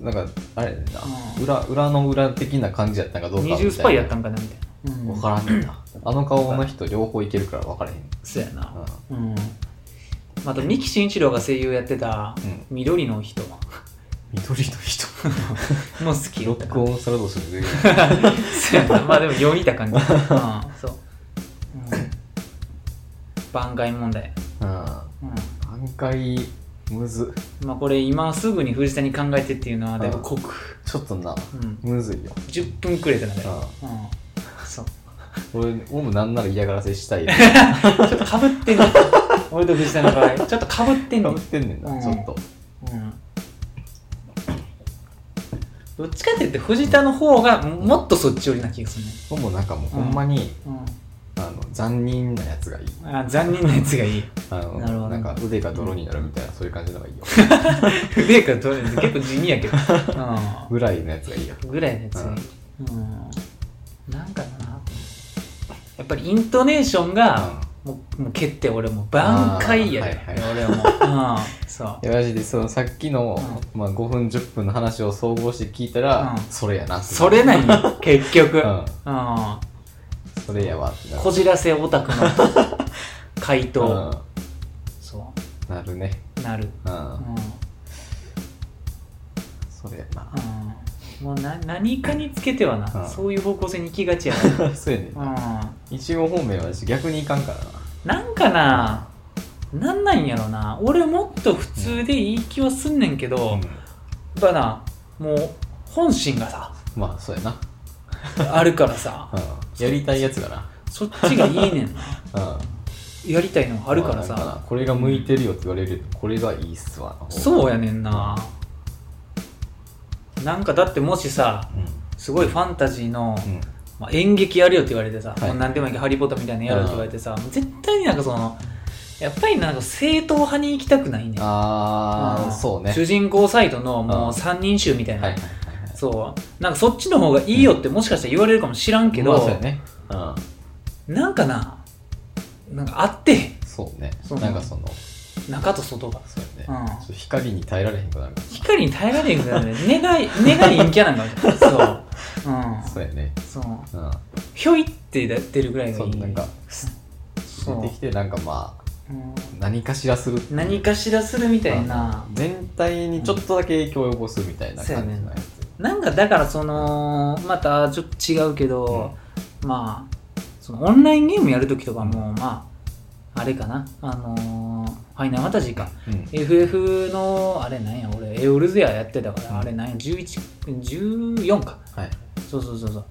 なんかあれやねんなうん裏裏の裏的な感じやったんかどうかみ二たいな重スパイやったんかなみたいな、うん、分からんねんなあの顔の人両方いけるから分からへんそうやな、ううん、あと三木真一郎が声優やってたんうん緑の人も緑の人好きやった録か音さらどうす *laughs* るそうやなまあでもよにた感じ、うん、そう、うん、番外問題、うん段う階むずん、まあこれ今すぐに藤田に考えてっていうのはだいぶ酷、ちょっとなうん、むずいよ10分くれたので、うんあそう俺俺もなんなら嫌がらせしたい *laughs* ちょっとかぶってん *laughs* ねん俺と藤田の場合ちょっとかぶってんねかんぶってんねんうんなちょっとうんどっちかって言って藤田の方がもっとそっち寄りな気がするね、俺もなんかもうほんまにうんあの残忍なやつがいいあ残忍なやつがいいあのなるほどなんか腕が泥になるみたいなそういう感じの *laughs* がいいよ腕から取れるんで結構地味やけど、ぐらいのやつがいいようん、ぐらいのやつがいい、うん、なんかなやっぱりイントネーションが、もうもう蹴って俺もう挽回やで、あー俺はもう、*laughs* うん、そういやマジでそのさっきの、まあ、5分10分の話を総合して聞いたら、うんそれやなってそれなんよ結局、ううんんそれやわってなるこじらせオタクの回答、うそんなるねうなる、うん、うんそれやなうん、もうな何かにつけてはな、うんそういう方向性に行きがちや *laughs* そうやねんなな、うん一応方面は私逆にいかんからななんかな、なんなんやろな。俺もっと普通でいい気はすんねんけど、やっぱな、もう本心がさ、まあそうやな、あるからさう、ん、やりたいやつがそっちがいいねんな。な、うん、やりたいのはあるからさ、まなんこれが向いてるよって言われるとこれがいいっすわそうやねんななんかだってもしさうんすごいファンタジーの、うんまあ、演劇やるよって言われてさ、はいもう何でもいいけどハリー・ポッターみたいなのやるよって言われてさ、絶対になんかそのやっぱりなんか正統派に行きたくないねあうあんそうね主人公サイドのもううん三人衆みたいな、はいはいはいはいそうなんかそっちの方がいいよってもしかしたら言われるかもしらんけど、まあそうやねうんなんかななんかあってへんそうねそうなんかその中と外がそうやねうんちょっと光に耐えられへんくなる光に耐えられへんからね根が *laughs* 根が陰キャなんだもんそうそうやねうんそううんひょいって出てるぐらいがそいういなんかそ出てきてなんかまあう、うん何かしらするっていう何かしらするみたいなうん全体にちょっとだけ影響を及ぼすみたいな感じのやつなんかだからそのまたちょっと違うけど、まあそのオンラインゲームやるときとかもまああれかなあのーファイナルファンタジーかうん FF のあれなんや俺エオルゼアやってたから、うんあれなんや1114かはいそうそう *laughs* そうそう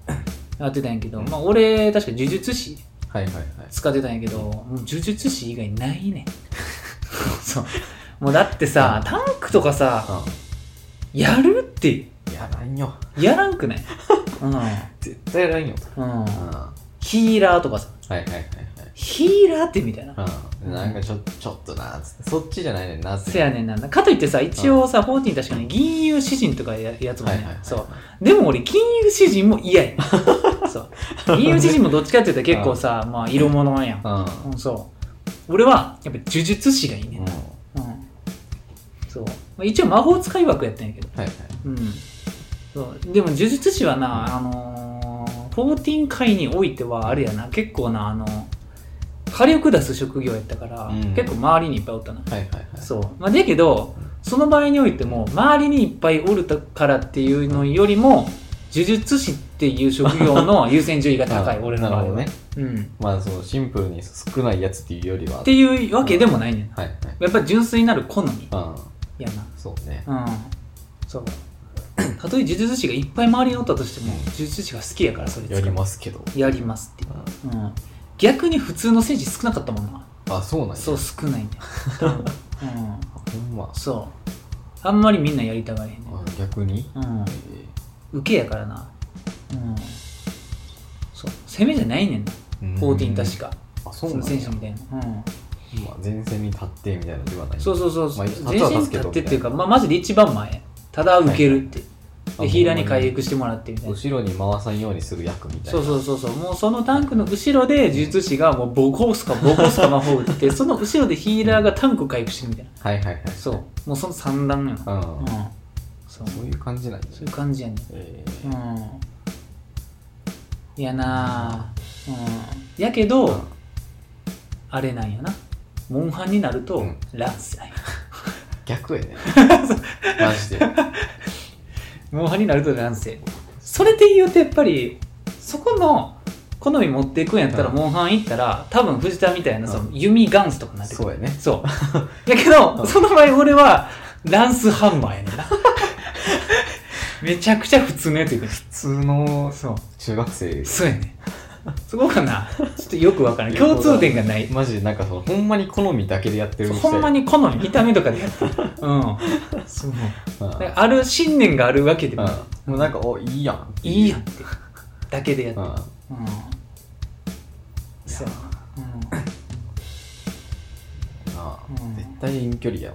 やってたんやけど、うんまあ俺確か呪術師はいはいはい使ってたんやけどもう呪術師以外ないねん *laughs* そうもうだってさタンクとかさやるってうんやらんよやらんく *laughs* ないうん絶対やらんようんうんはヒーラーとかさいはいはいはいヒーラーってみたいなうんなんかちょちょっとなつってそっちじゃないねんなせやねんなんだかといってさ一応さ14確かに銀融詩人とかややつもはいね、はいはいそうでも俺金融詩人も嫌やね *laughs* んそう金融詩人もどっちかって言ったら結構さまあ色物やん、うんうん、そう俺はやっぱ呪術師がいいねんうんうんそう、まあ、一応魔法使い枠やったんやけど、はいはいうん、そうでも呪術師はな、あのー、14回においてはあれやな結構なあの火力出す職業やったから、うん結構周りにいっぱいおったな、はいはいはいそう、まあ、だけどその場合においても周りにいっぱいおるからっていうのよりも呪術師っていう職業 *laughs* の優先順位が高いうん俺の場合はなるほどねうん、まあそのシンプルに少ないやつっていうよりはっていうわけでもないねんはいはいやっぱり純粋なる好みうやなんそうねうんそう *clears throat* たとえ呪術師がいっぱい周りにおったとしてもうん呪術師が好きやからそれや使うりますけどやりますって、ううん、逆に普通の選手少なかったもんなんあそうなんやそう少ないね、うん、ほんまそうあんまりみんなやりたがれへんね、あ逆にうんえ、ー受けやからなうんそう攻めじゃないねんな14確かかあそそうなんのや選手みたいな、うん、まあ前線に立ってみたいなのではないそうそうそう、まあ立つは前線に立つけ立どってっていうか、まあ、マジで一番前ただ受けるって、はでいあヒーラーにほんまに回復してもらってみたいな後ろに回さんようにする役みたいそなうそうそうそうもうそのタンクの後ろで呪術師がもうボコスかボコスか魔法打 *laughs* ってその後ろでヒーラーがタンク回復してるみたいなはいはいはいそうもうその三段やなううんんそうそういう感じなんそういじう感じやねえうーんいやなあうんやけどあれなんやなモンハンになると、うんランスなんや *laughs* 逆やねマジでモンハンになると男性それで言うとやっぱりそこの好み持っていくんやったら、うんモンハン行ったら多分藤田みたいなうんその弓ガンスとかになってくるそうやねそう *laughs* だけど、うんその場合俺はランスハンマーやねんな *laughs* めちゃくちゃ普通のやついくね普通のそう中学生そうやねそこかなちょっとよくわ *laughs* からない共通点がないマジでなんかそのほんまに好みだけでやってるほんまにに好み見た目とかでやってるうんそううんだからある信念があるわけでもうんもうなんかおいいやんいいやんってだけでやってうるんうんそうやな、ああうん絶対遠距離や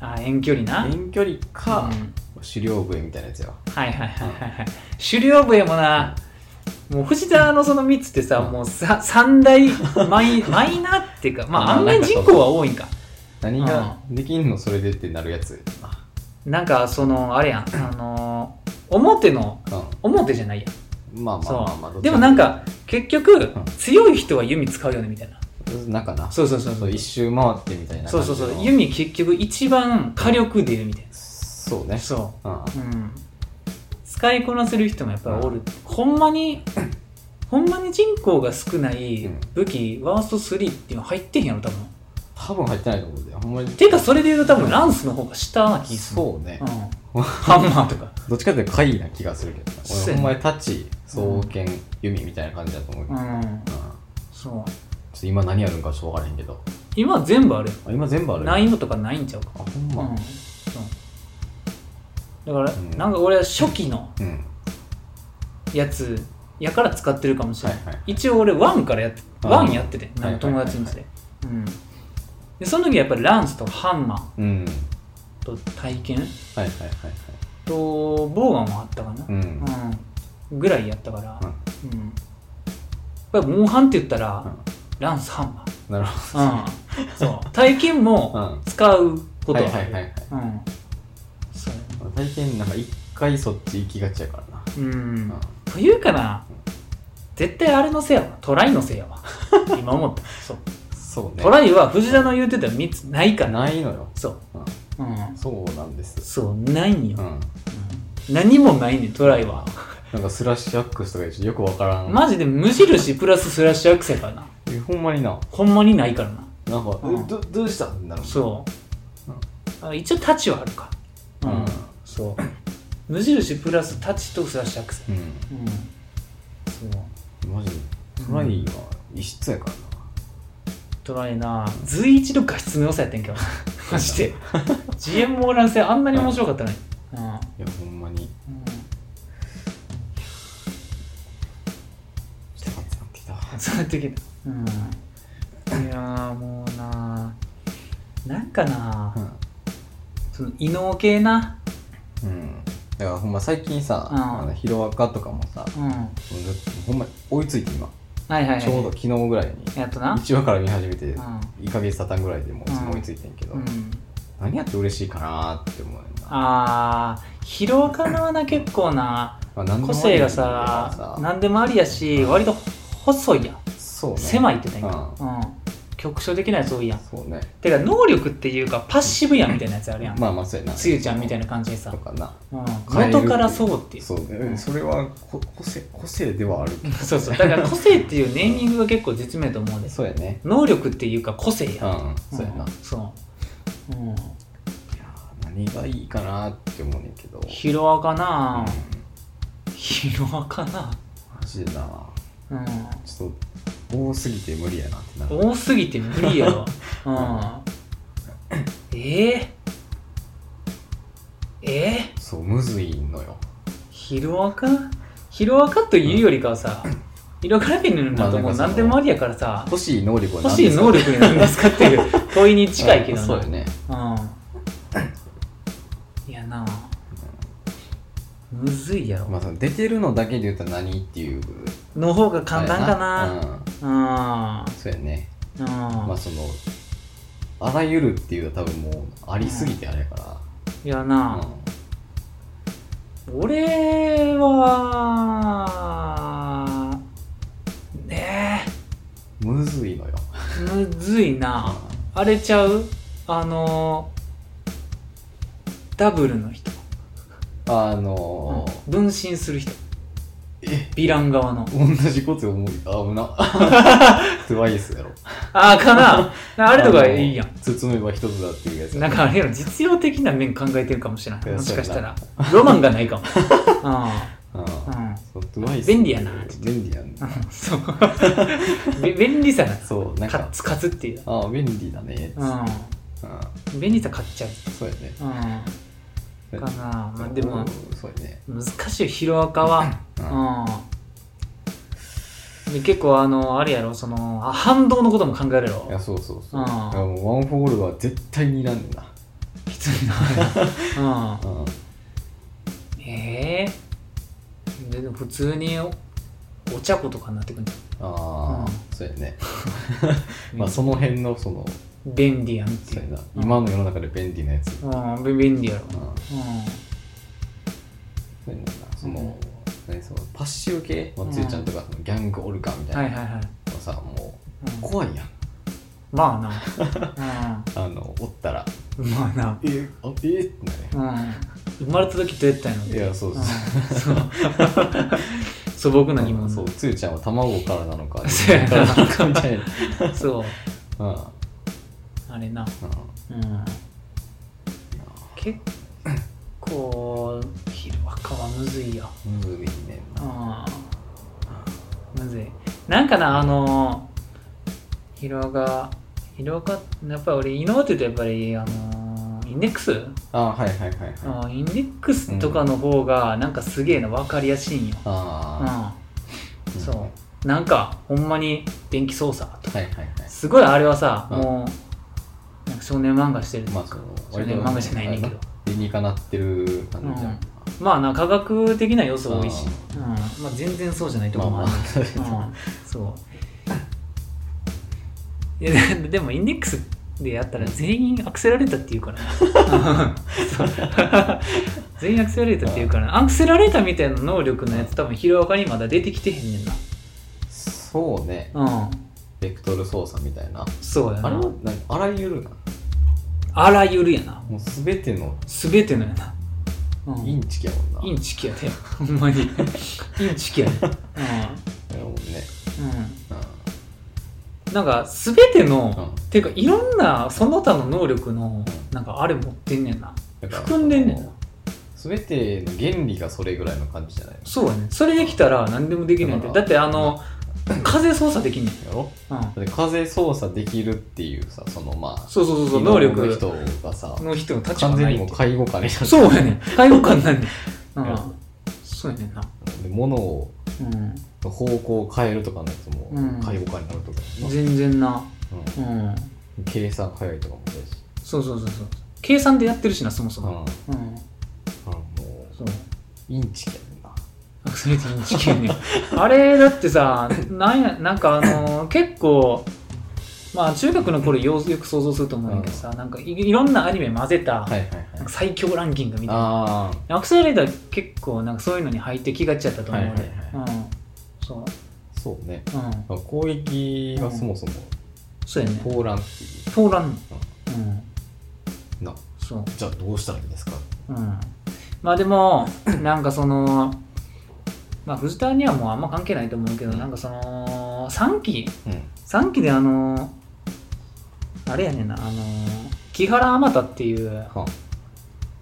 うん、あ遠距離なわ遠距離かうん狩猟笛みたいなやつやわはいはいはいはいはい狩猟笛もな、もう藤田のその3つってさ、うんもうさ三大マイ *laughs* マイナーっていうかまあまあ案外人口は多いんか何ができんのそれでってなるやつやなんかそのあれやんあのー表のなうん表じゃないやんまあまあまあまあそどうっちでももなんか結局ん強い人は弓使うよねみたいななんかなそうそうそうそそうう一周回ってみたいなそう感そうじそのう弓結局一番火力出るみたいそうなねそううんうん、使いこなせる人もやっぱりおる、ほんまに *coughs* ほんまに人口が少ない武器、ワースト3っていうの入ってへんやろ多分多分入ってないと思うんだよほんまにてかそれで言うと多分ランスの方が下な気するそうねう、ん、ハンマーとかどっちかっていうと怪異な気がするけどなそうや俺ねほんまに太刀双剣弓みたいな感じだと思うけうどんそうょっと今何やるんかちょっとわからへんけど今全部あるあ今全部あやんる難易度とかないんちゃうかあほんうまん、だから、うんなんか俺は初期のうん、やつやから使ってるかもしれない、はいはい一応俺ワンからやってあーワンやっててはいはいはい友達にして、うん、でその時はやっぱりランスとハンマうん、ーと体験はいはいはいはいとボウガンもあったかなう、んうんぐらいやったから、うんうんやっぱりモンハンって言ったら、うんランスハンマーなるほうん、そう体験ど、うもん、使うことはある、はいはいはいはいうんそうや体験なんか一回そっち行きがちやからな、うん、うんというかな絶対あれのせいやわトライのせいや *laughs* わ今思ったそうそうねトライは藤田の言うてた3つないからないのよ、そう、ううんん、、そうなんです、そうないんよ、ううんん、何もないねんトライはなんかスラッシュアックスとか言うとよくわからん、マジで無印プラススラッシュアクセルからなえほんまになほんまにないからななんか、うんえどどうしたんだろうそううん、あ一応タチはあるかうん、うんそう無印プラスタチとスラッシュアクセルうんそうマジでトライは異質やからトライな随一の画質の良さやってんけどマジ *laughs* で GM モーラン戦あんなに面白かったのにうんな、いやほんまにうん熱くなってきたそうやってきたうんいやーもうななんかなその異能系なうん、うん、だからほんま最近さ、うんあのヒロアカとかもさうんほんま追いついて今、はいはいはいちょうど昨日ぐらいにやっとな1話から見始めてう1ヶ月たたんぐらいでもう追いついてんけど、ん、うん、何やって嬉しいかなーって思うねんなあー広岡の穴結構なまあ何でも個あり性がやけどさ何でもありやし割と細いやんそうね狭いいって言ったんやけどうん局所できないやつ多いやんそうねてか能力っていうかパッシブやんみたいなやつあるやんまあまあそうやなつゆちゃんみたいな感じでさと、かなうん、変える元からそうっていうそうねそれはこ個性個性ではあるけ *laughs* そうそうだから個性っていうネーミングが結構絶妙やと思うんでどすそうやね能力っていうか個性うやん、んそうやな、んいそう、うん、やー何がいいかなーって思うねんけどヒロアカうんな、ヒロアカな、マジでなうん、ちょっと多すぎて無理やなってなる多すぎて無理やわ、うん、えー、えー、そうむずいのよヒロアカヒロアカというよりかはさ、ヒロアカラベルのとこ何でもありやからさ、欲しい能力は欲しい能力に何ですかって *laughs* いう問いに近いけどなな。そうよねうん。いやなあむずいやろ。まあその出てるのだけで言ったら何っていうの方が簡単かな。うんうん。そうやねうん。まあそのあらゆるっていうのは多分もうありすぎてあれやかいやら、なうんあ、俺は、ねむずいのよえ、むずいな。あれちゃうあのーダブルの人あの分身する人えヴィラン側のー同じこと思うあ *laughs* 危なトゥワイスやろああかな *laughs* あれとかいいやんあの包めば一つだっていうやつや *laughs* なんかあれやろ実用的な面考えてるかもしれないいやもしかしたらそロマンが *laughs* ないかもううんんうんそうトゥワイス便利やな便利やんそうべ便利さがそうなんカかッツカツっていうああ便利だねううん便利さ買っちゃんそうやねううんかなまあでもうんそうやね難しいヒロアカはうんうんで結構あのあれやろそのあ反動のことも考えるやいろやそうそうそううんだからもうワンフォールは絶対にいらんねんなきついなうんうんええででも普通におお茶子とかになってくるんじあうあ、そうや *laughs* ねゃんまあその辺のその便利やんってそういやうな今の世の中で便利なやつ、うんべ便利やろうんうそうやねんなその、う何そのパッシブ系、まあ、うんつゆちゃんとかそのギャングオルカみんたはいいなはいはいのさ、もううん怖いやんまあなあのおったらうん *laughs* まあなえーあえーってなるうん生まれた時どうやったんやろっていやそうそううんそう素朴な疑問そううつゆちゃんは卵からなのかそうやなからなのかみたいなそううんうんあれなうん結構ヒロアカはむずいよむずいねんなああむずいなんかなあのー広が広がやっぱり俺イノって言うとやっぱりあのーインデックス、ああはいはいはいはいあーインデックスとかの方がなんかすげえの分かりやすいんよ、うんああそうなんかほんまに電気操作とかはいはいはいすごいあれはさ、うんもうなんか少年漫画してるとまあか、そう少年漫画じゃないねんけど理にかなってる感じじゃんまあな科学的な要素多いし、あうんまあ、全然そうじゃないところもあるうんそういやででもインデックスでやったら全員アクセラレーターっていうから *laughs* なそう全員アクセラレーターっていうからなアクセラレーターみたいな能力のやつ多分広岡にまだ出てきてへんねんな *laughs* そうねうんベクトル操作みたいなそうやあれなは何あらゆるなあらゆるやなもう全ての全てのやな、うん、インチキやもんなインチキやでほんまにインチキやで、キやもんねうんうんうなんか全ての、んうんていうかいろんなその他の能力のなんかあれ持ってんねんなだから含んでんねんなその全ての原理がそれぐらいの感じじゃないそうやねそれできたら何でもできるんやてだかだらってあの風操作できんねん、やろうん、だって風操作できるっていうさそのまあそうそうそうそう能技能の力人がさの人の立場完全なにいもっうて介護官になってそうやね *laughs* ん介護官なんねん、ううんん、そうやねんな、で物をう方向を変えるとかのやつもうん介護官になるとかやん、な、全然な、ううん、ん、計算早いとかもそうだしそうそうそうそう計算でやってるしなそもそうんだも、かうん、らもうそうインチキやねんなアクセレーターの知見ね *laughs* あれだってさなんやなんかあのー結構まあ中学の頃ようよく想像すると思うんだけどさなんかいいろんなアニメ混ぜた、はいはいはいなんか最強ランキングみたいなあアクセレーター結構なんかそういうのに入ってきがちやったと思う、はいはい俺うんそうあそうねうんまあ攻撃がそもそもそうやねポーランっていう通らんうんなそうじゃあどうしたらいいんですかうんまあでも *coughs* なんかそのまあ藤田にはもうあんま関係ないと思うけど、なんかその3期うん3期であのーあれやねんなあのー木原天太っていうは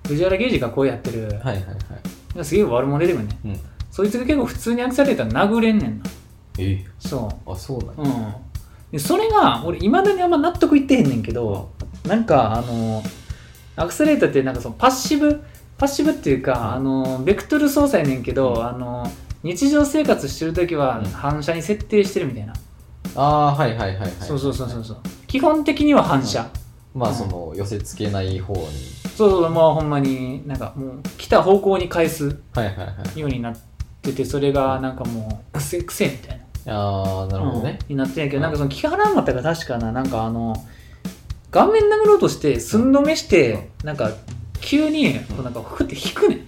藤原刑事が声やってる、はいはいはいすげえ悪者出てくるねうんそいつが結構普通にアクセレーター殴れんねんなえそあそうなんうやうんでそれが俺いまだにあんま納得いってへんねんけどなんかあのーアクセレーターってなんかそのパッシブパッシブっていうか、あのーベクトル操作やねんけど、うんあのー日常生活してる時はうん反射に設定してるみたいな、ああーはいはいはいはいそうそうそうそうそう基本的には反射、まうあんその寄せ付けない方にそうそう、まあほんまに、なんかもう、来た方向に返すはいはいはいようになってて、それがなんかもう、癖、癖みたいな。ああなるほどねうんになってんやけど、うんなんかその、木原またが確かな、なんかあの、顔面殴ろうとして、寸止めして、なんか、急に、こうなんか、ふって引くねん。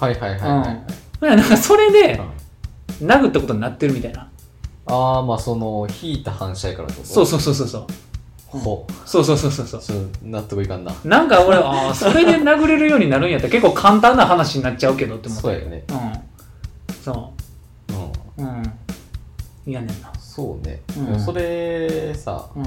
はいはいはいはいはいほらなんか、それでう、ん殴ったことになってるみたいな。ああまあその引いた反射やからってことそうそうそうそうそう。ほそうそうそうそうそう。ちょっと納得いかんななんか俺、ああ、それで殴れるようになるんやったら結構簡単な話になっちゃうけどって思ったそうやねうん。そう。うんうん。嫌ねんな。そうね、うんでもそれさうん。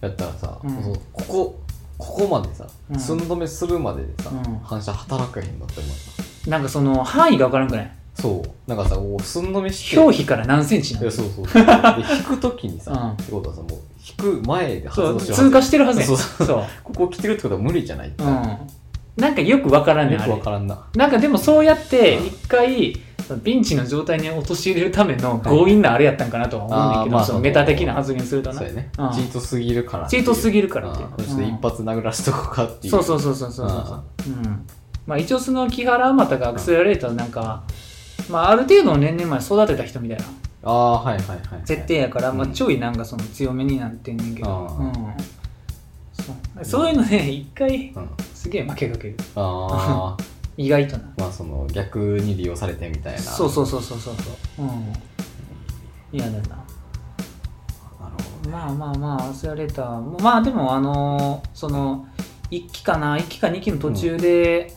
やったらさ、うんそうここここまでさ、うん寸止めするまででさ、うん反射働かへんのって思ったなんかその範囲がわからんくないそうなんかさこう寸止めして表皮から何センチないやのそう *laughs* そうそうで引く時にさ、うんってことはさもう引く前で発そう動しよう通過してるはずやんそうそうそうここ来てるってことは無理じゃない、うんなんかよくわからんねんよあくわれからんななんかでもそうやってうん一回ピンチの状態に陥れるための強引なあれやったんかなとは思うんだけど、あーまあそのそうメタ的な発言するとなそうやね、うんチートすぎるからチートするぎるからっていう、ちょっと一発殴らしとこうかっていうそうそううそうそうそうそうあうんまあ一応その木原天太がアクセラレーターなんか、まあある程度の年齢まで育てた人みたいなああーはいはいはい、はい、設定やから、まあ、うんちょいなんかその強めになってんねんけど、あうーん、そうそういうのね *laughs* 一回うん、すげえ負けかけるああ *laughs* 意外となまあその逆に利用されてみたいなそうそうそうそうそうそううん嫌だななるほどねまあまあまあアクセラレーターもまあでもあのーその1期かな1期か2期の途中で、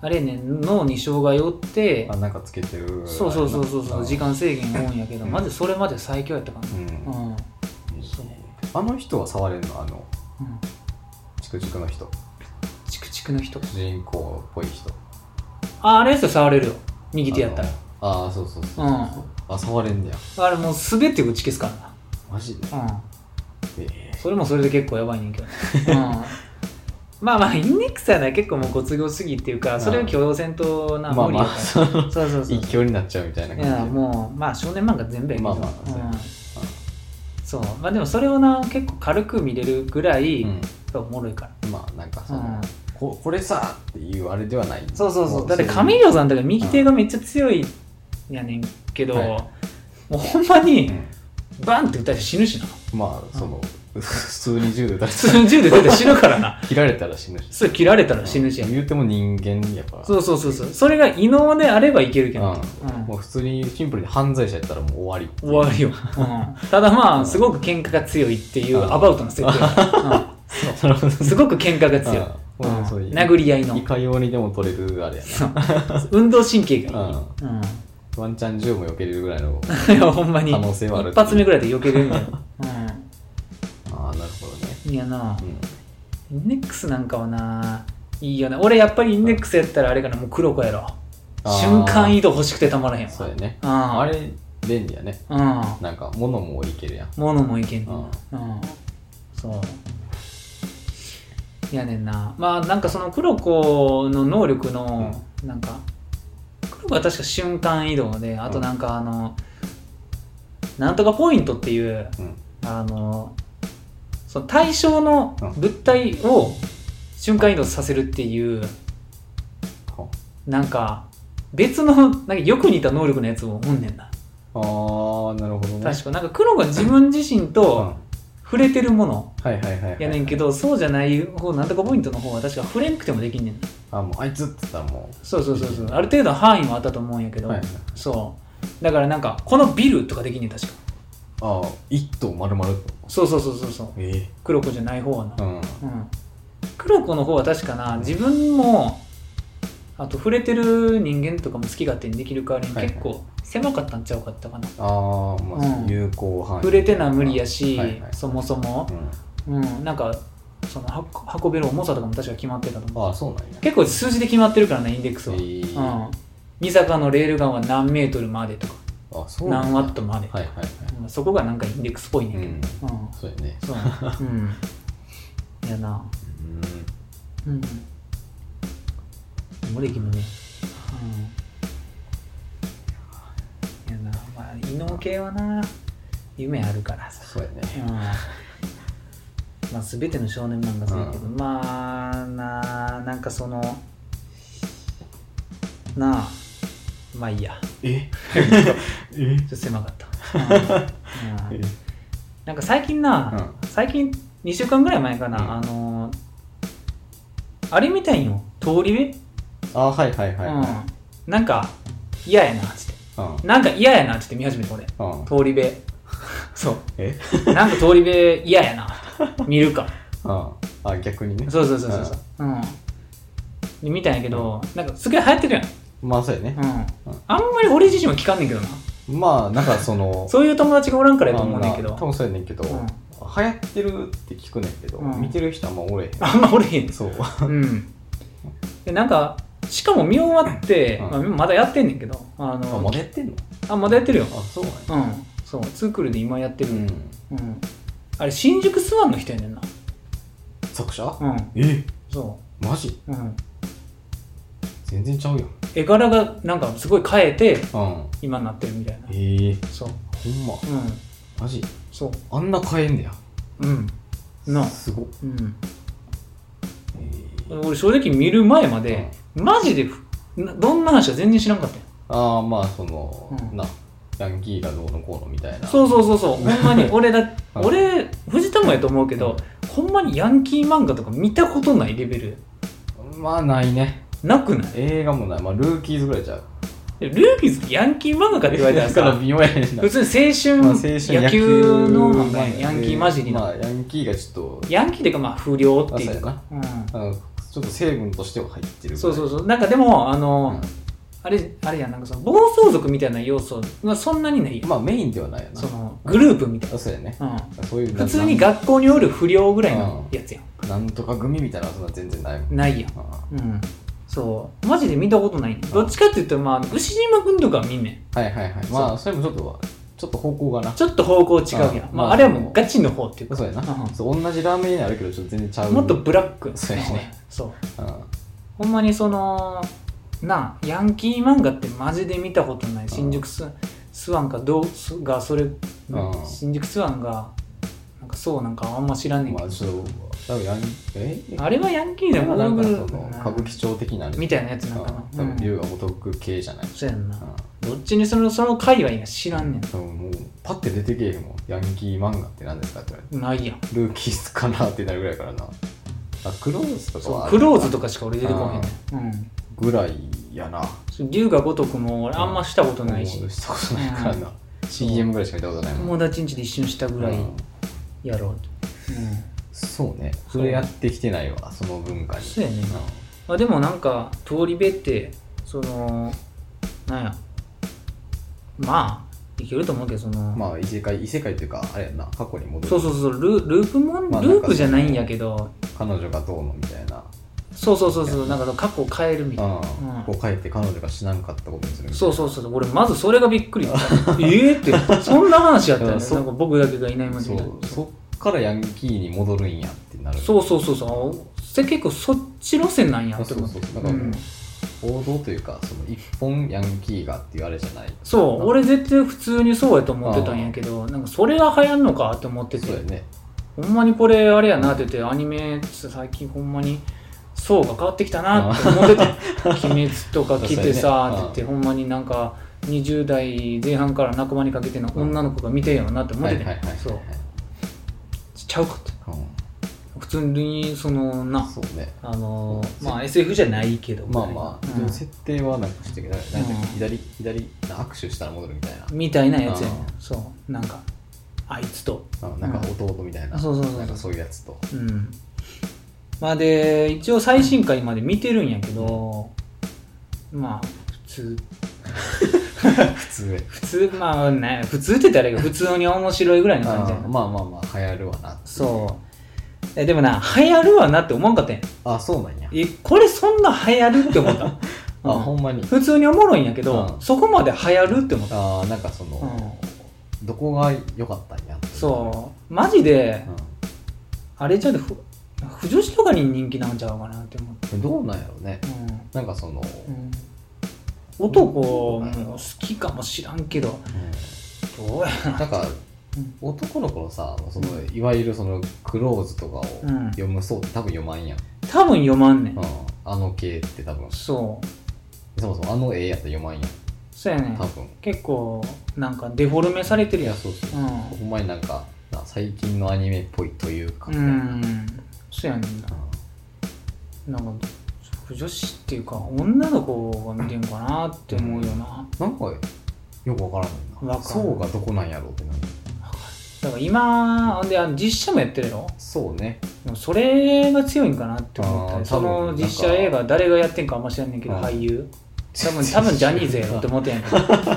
あれやね脳に障害を負ってあなんかつけてるそうそうそうそうそう時間間制限多いんやけど、うんまずそれまで最強やったかなうん、うん、うんそうあの人は触れるのあのチクチクの人チクチクの人主人公っぽい人ああれやつ触れるよ右手やったらあのあーそうそうそうそううんあ触れんねやあれもう全て打ち消すからなマジでうえん。それもそれで結構やばいねんけど。うん。 *laughs* まあまあ、インデックスはね、結構もうご都合すぎっていうか、それを許容せんとえな、まあ無理やまかあら。そのそうそうそう一。強になっちゃうみたいないや感じもうまあ少年漫画全部やけど、まあまあそうやうんうんそうまあでもそれをな結構軽く見れるぐらい、でおもろいから、うんまあなんかそうんのここれさっていうあれではないそうそうそうもだってい上條さんとか右手がめっちゃ強いやねんけど、はいもうほんまうにんバンって打たれて死ぬしなまあその普通に銃で撃たれ普た通に銃で打たれて死ぬからな切られたら死ぬし *laughs* それ切られたら死ぬしやん言うても人間やからそうそうそうそうそれが異能であればいけるけど、うんうんもう普通にシンプルに犯罪者やったらもう終わり終わりよ、うんただまあすごく喧嘩が強いっていううんアバウトな設定や、なるほうどんすごく喧嘩が強い、うんもうそういう殴り合いのいかようにでも取れるあれやそう運動神経がいい、なうん *laughs* うんワンチャン銃も避けれるぐらいのいやほんまに可能性はある一発目ぐらいで避けれるんだよ、ああなるほどねうん、いやなうんインデックスなんかはないいよね俺やっぱりインデックスやったらあれかなもう黒子やろあー瞬間移動欲しくてたまらへんそうわやねああれ便利やねうんなんか物もいけるやん物もいけんうのんうんそういやねんなまあなんかその黒子の能力のなんか黒子は確か瞬間移動であとなんかあの、なんとかポイントっていううんあのその対象の物体を瞬間移動させるっていうほなんか別のなんかよく似た能力のやつもおんねんなああなるほどね確かなんか黒が自分自身うんと触れてるものはいはいはいはいやねんけどそうじゃない方なんとかポイントの方は確か触れんくてもできんねんなあもうあいつって言ったらもそうそうそうそうある程度範囲もあったと思うんやけうど、はいはいそうだからなんかこのビルとかできんねん確かああ一頭丸々そうそうそうそうそうえ黒子じゃない方はなえうんうん、黒子の方は確かな自分もあと触れてる人間とかも好き勝手にできる代わりにはいはい結構狭かったんちゃうかったかな、ああまあ、うん有効範囲触れてな無理やし、はいはいそもそもう、んうん、なんかそのは運べる重さとかも確か決まってたと思うああそうなんや結構数字で決まってるからねインデックスは、えーうん、三坂のレールガンは何メートルまでとかあそうなんや何ワットまで、はいはいはいうんそこがなんかインデックスっぽいねうんけんど、うんそうやねそううんいやなうんうん。無歴もね。うん。いやな、まあ、異能系はな、夢あるからさ。そうやうねん。まあ、すべての少年漫画そうやけど、まあ、な、なんかその、なあ、まあいいや。 *laughs* え *laughs* ちょっと狭かった。うんうんなんか最近な、最近2週間ぐらい前かな、うんあのーあれみたいよ通り部、あはいはいはいはいうん、なんか嫌やなっつっうんてなんか嫌やなっつって見始めて俺うん通り部そえうなんか通り部嫌やな見るかうんあ逆にねそうそうそうそうそううんで見たんやけど、なんかすげえ流行ってるやん、まあそうやねうんうんあんまり俺自身は聞かんねんけどなまあなんかそのそういう友達がおらんからやと思うねんけまあどまあ多分そうやねんけど流ん行ってるって聞くねんけどうん見てる人はあんまおれへんあんまおれへんそううん、でなんかしかも見終わって、うんまあ、まだやってんねんけどああのまだやってんのあまだやってるよあそうなんやうんそうツークールで今やってる、ううんんあれ新宿スワンの人やねんな作者うんえそマジう、うん、全然ちゃうやん絵柄がなんかすごい変えてうん今になってるみたいなええそうほんまうんマジそあんな変えんねやううんなすごっうんええ俺正直見る前まで、マジでふなどんな話は全然知らんかったよああまあそのうんなヤンキーがどうのこうのみたいなそううそうそうそうほん *laughs* まに俺だうん俺藤田もやと思うけどほんまにヤンキー漫画とか見たことないレベルまあないねなくない映画もない、まあ、ルーキーズぐらいちゃう。ルーキーズヤンキー漫画かって言われたらだか *laughs* らさ微妙やねんな普。通にまあ青青春春野球の漫画やんヤンキー混じりまのあ、ヤンキーがちょっと、ヤンキーっていうかまあ不良っあてそういやうかな。うんあのちょっと成分としては入ってる。。そうそううそうなんかでもあのうあれあれやんなんかその暴走族みたいな要素はそんなにないやん、んまあ、メインではないよな。そのグループみたいあそうやね。なうんそういう、普通にな学校におる不良ぐらいのやつやんなんとか組みたいな、そんな全然ないもん。ないやんあうんそうマジで見たことないねどっちかって言ったらまあ牛島君とかは見んねあはいはいはい。まあ、それもちょっと、ちょっと方向がなちょっと方向違うやんあ。ままあ、ああれはもうガチの方っていうかそうやな、うんそう同じラーメン屋にあるけどちょっと全然ちゃうもっとブラックそうやねそううんほんまにそのなあヤンキー漫画ってマジで見たことない新宿ススワンかどうすがそれ、ん新宿スワンがなんかそうなんかあんま知らんねんけまど、あちょっと多分やんえあ、れはヤンキーでだもよなんかそのゴーグル歌舞伎町的なみたいなやつなんかな、うん多分龍が如く系じゃない、そうやんな、うんどっちにそのその界隈が知らんね多分もうパッて出てけえへんもんヤンキー漫画って何ですかって言われてんないやんルーキーズかなってなるぐらいからなあクローズとかそうはクローズとかしか俺出てこへんねんうんぐらいやなそう龍が如くも俺あんましたことないし、もうしたことないからな CM ぐらいしか見たことないもん友達ん家で一緒にしたぐらいうんやろうと、うんそうねそうそれやってきてないわその文化にそうやねんなまあ、でもなんか通り部ってそのなんやまあいけると思うけどその、うんまあ異世界異世界っていうかあれやんな過去に戻るそうそうそうルループもん、まあループじゃないんやけど彼女がどうのみたいなそうそうそうそうなんか過去を変えるみたいな、うんうんこう帰って彼女が死なんかったことにするみたいなそうそうそう俺まずそれがびっく *laughs* りええってそんな話やったようんねそうなんか僕だけがいないまでそみたいうそっからヤンキーに戻るんやってなるなそうそうそうそうそれ結構そっち路線なんやっあてそう思そううそうだうからもうん王道というかその一本ヤンキーがっていうあれじゃないそう俺絶対普通にそうやと思ってたんやけどなんかそれが流行んのかって思っててそうやねほんまにこれあれやなって言ってアニメ最近ほんまに層が変わってきたなって思 *laughs* ってて「鬼滅」とか来てさって言ってほんまになんか20代前半から仲間にかけての女の子が見てんやろなって思っはていてはいはいはいそうちゃうかってうん普通にそのなそうねあのそうまあ SF じゃないけどまあまあ、うでんも設定はなんかしてるけどなんかうん左左握手したら戻るみたいな、みたいなやつやねんあそうなんかあいつとあなんか弟みたいな、あそうそうそうなんかそういうやつとうんまあで一応最新回まで見てるんやけどまあ普通普通へ普通まあね普通って言ったらあれが普通に面白いぐらいの感じやあなまあまあまあ流行るわなってそうえでもな流行るわなって思わんかったやんあそうなんやえこれそんな流行るって思った、 *laughs* あうんほんまに普通におもろいんやけど、うんそこまで流行るって思った、あなんかその、どこが良かったんやってそうマジでう、あれちゃうでふ不女子とかに人気なんちゃうかなって思って、ん、どうなんやろうねうんなんかその、うん男も好きかもしらんけどどうやなんかうん男の子のさそのういわゆるそのクローズとかをうん読むそうって多分読まんやん、多分読まんねん、うん、あの系って多分そうそもそもあの絵やったら読まんやんそうやねん多分結構なんかデフォルメされてるいややんそうそうう、んほんまになんかな最近のアニメっぽいというか、ううんんそうやねんななんか女子っていうか女の子が見てんかなって思うよななんかよくわからんねんわかなん層がどこなんやろうってなるだから今であの実写もやってるやろそうねでもそれが強いんかなって思ったありーそ多の分なんか実写映画誰がやってんかあんま知らんねんけどうん俳優多分多分ジャニーズやろって思ってんやけ *laughs* どうんそううんうん *laughs*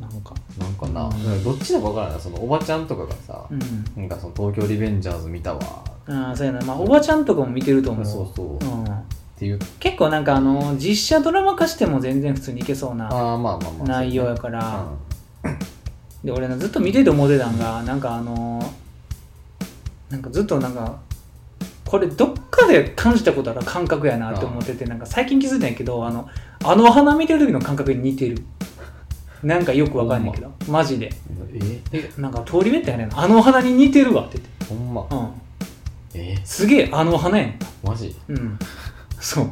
なんかなんかな、うんどっちだかわからんないそのおばちゃんとかがさ、うんなんかその東京リベンジャーズ見たわああそうやなまあおばちゃんとかも見てると思うそうそう、っうんていう結構なんかあの実写ドラマ化しても全然普通にいけそうなああまあまあまあ内容やかから、で俺なずっと見てて思ってたんがなんかあのなんかずっとなんかこれどっかで感じたことある感覚やなって思っててなんか最近気づいたんやけどあのあのお花見てる時の感覚に似てるなんかよくわかんないけどマジでええなんか通り目ってあれやなあのお花に似てるわって言ってほんまうんえすげえあのお花やねマジんうんそう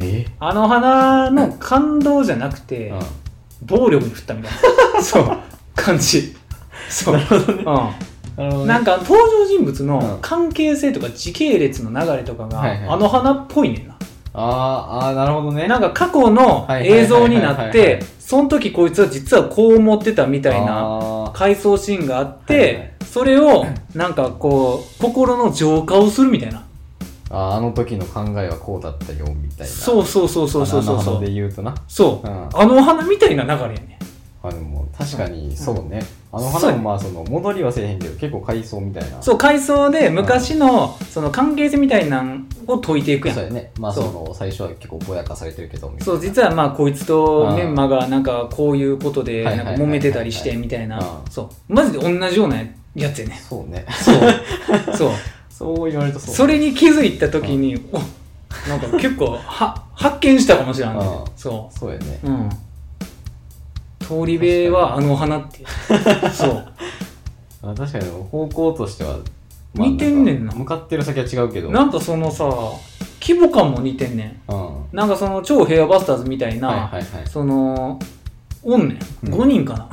えあの花の感動じゃなくて、うん暴力に振ったみたいな *laughs* そう感じそう、うん、なんか登場人物の関係性とか時系列の流れとかが、はいはいあの花っぽいねんなあーあーなるほどねなんか過去のはいはいはいはい映像になっはいはいはていその時こいつは実はこう思ってたみたいなあー回想シーンがあって、はいはいそれをなんかこう心の浄化をするみたいなあーあの時の考えはこうだったよみたいなそうそうそうそうそうそうそ花うで言うとなそううんあの花みたいな流れやねあでも確かにそうね、んあのそう花やもまあその戻りはせえへんけど結構回想みたいなそう、回想で昔のその関係性みたいなんを解いていくやんそうやね。まあ、そそうの、最初は結構ぼやかされてるけど、みたいなそう実はまあこいつとメンマがなんかこういうことではないはいんはか揉いめてたりしてみたいなうんそうマジで同じようなやつやねそうね。そうそう *laughs* そう言われるとそう。それに気づいた時におなんか結構は発見したかもしれないうんそそうやね。ううん通り部はあの花っていうそうあ確かに、方向としては、似てんねんなか向かってる先は違うけど。なんかそのさ規模感も似てんねんうん。はなんかその超平和バスターズみたいいな、はいはい。そのおんねんうん5人かな、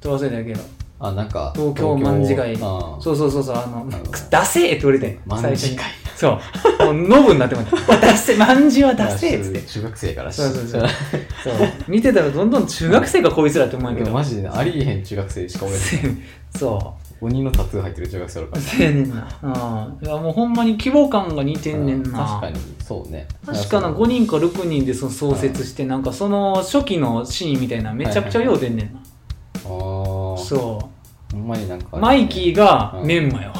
ちょっと忘れたけどあ、なんか、東京卍会あそうそうそうそう、あのなるほど、ダセーって言われてん卍最初に会。そう。もうノブになってもらった。ダセー、まんじはダセーっつって。中学生からしそうそうそう。そう。見てたらどんどん中学生がこいつらって思うんや *laughs* でけもど。マジでねありえへん中学生しかおれへんせんそ鬼のタトゥー入ってる中学生おるかう。らせやねんな。うん。いや、もうほんまに規模感が似てんねん確かな。にそうね確かな5人か6人でその創設して、なんかその初期のシーンみたいなめちゃくちゃよう出んねんな。ああそほんまになんかあう。れねマイキーがメンマやわ。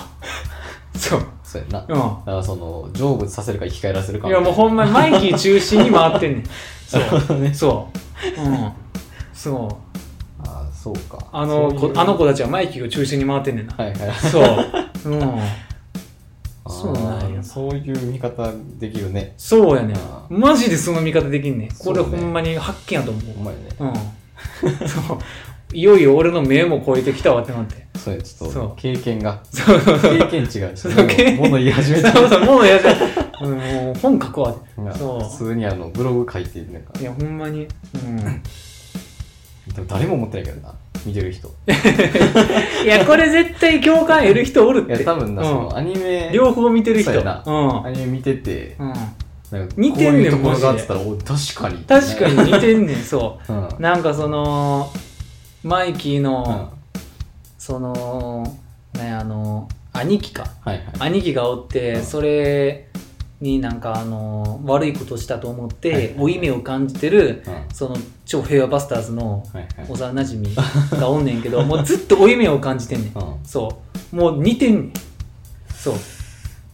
そう。そうやなだかうん。らその成仏させるか生き返らせるかいやもうほんまにマイキー中心に回ってんねん。そなるほどねう。 *laughs* そう。うん。そう。 *laughs* ああそうかあのそう子いうあの子たちはマイキーを中心に回ってんねんな。はいはいそう。うん。あーそうなんやそういう見方できるねそうやねあん。マジでその見方できんねん。これそうねほんまに発見やと思ほんまやねう。うん。そう。いよいよ俺の目も超えてきたわってなって。そうやちょっそうと経 *laughs* 験が *laughs* そうそうそう。経験値がちょっそう経と物言い始めたそうそう、もうやだ。うん、もう本書くわ。うんそう普通にあのブログ書いてるなんかいや、ほんまに。うん。でも誰も思ってないけどな見てる人いや、これ絶対共感得る人おるっいて。や多分なそうんのアニメ両方見てる人。そうやなうんア。ニメ見ててうん、なんか似てんねんこういうところがあマっジてでたらお確かに確かに、に似てんねんそうんううんなんかそのマイキーの、そのねあの兄貴かはいはい兄貴がおって、うんそれになんかあの悪いことしたと思っはいはいてはい負い目を感じてるうんはその超平和バスターズのいはい幼馴 *laughs* 染がおんねんけどもうずっと負い目を感じてんねんうんそうもう似てんねんそう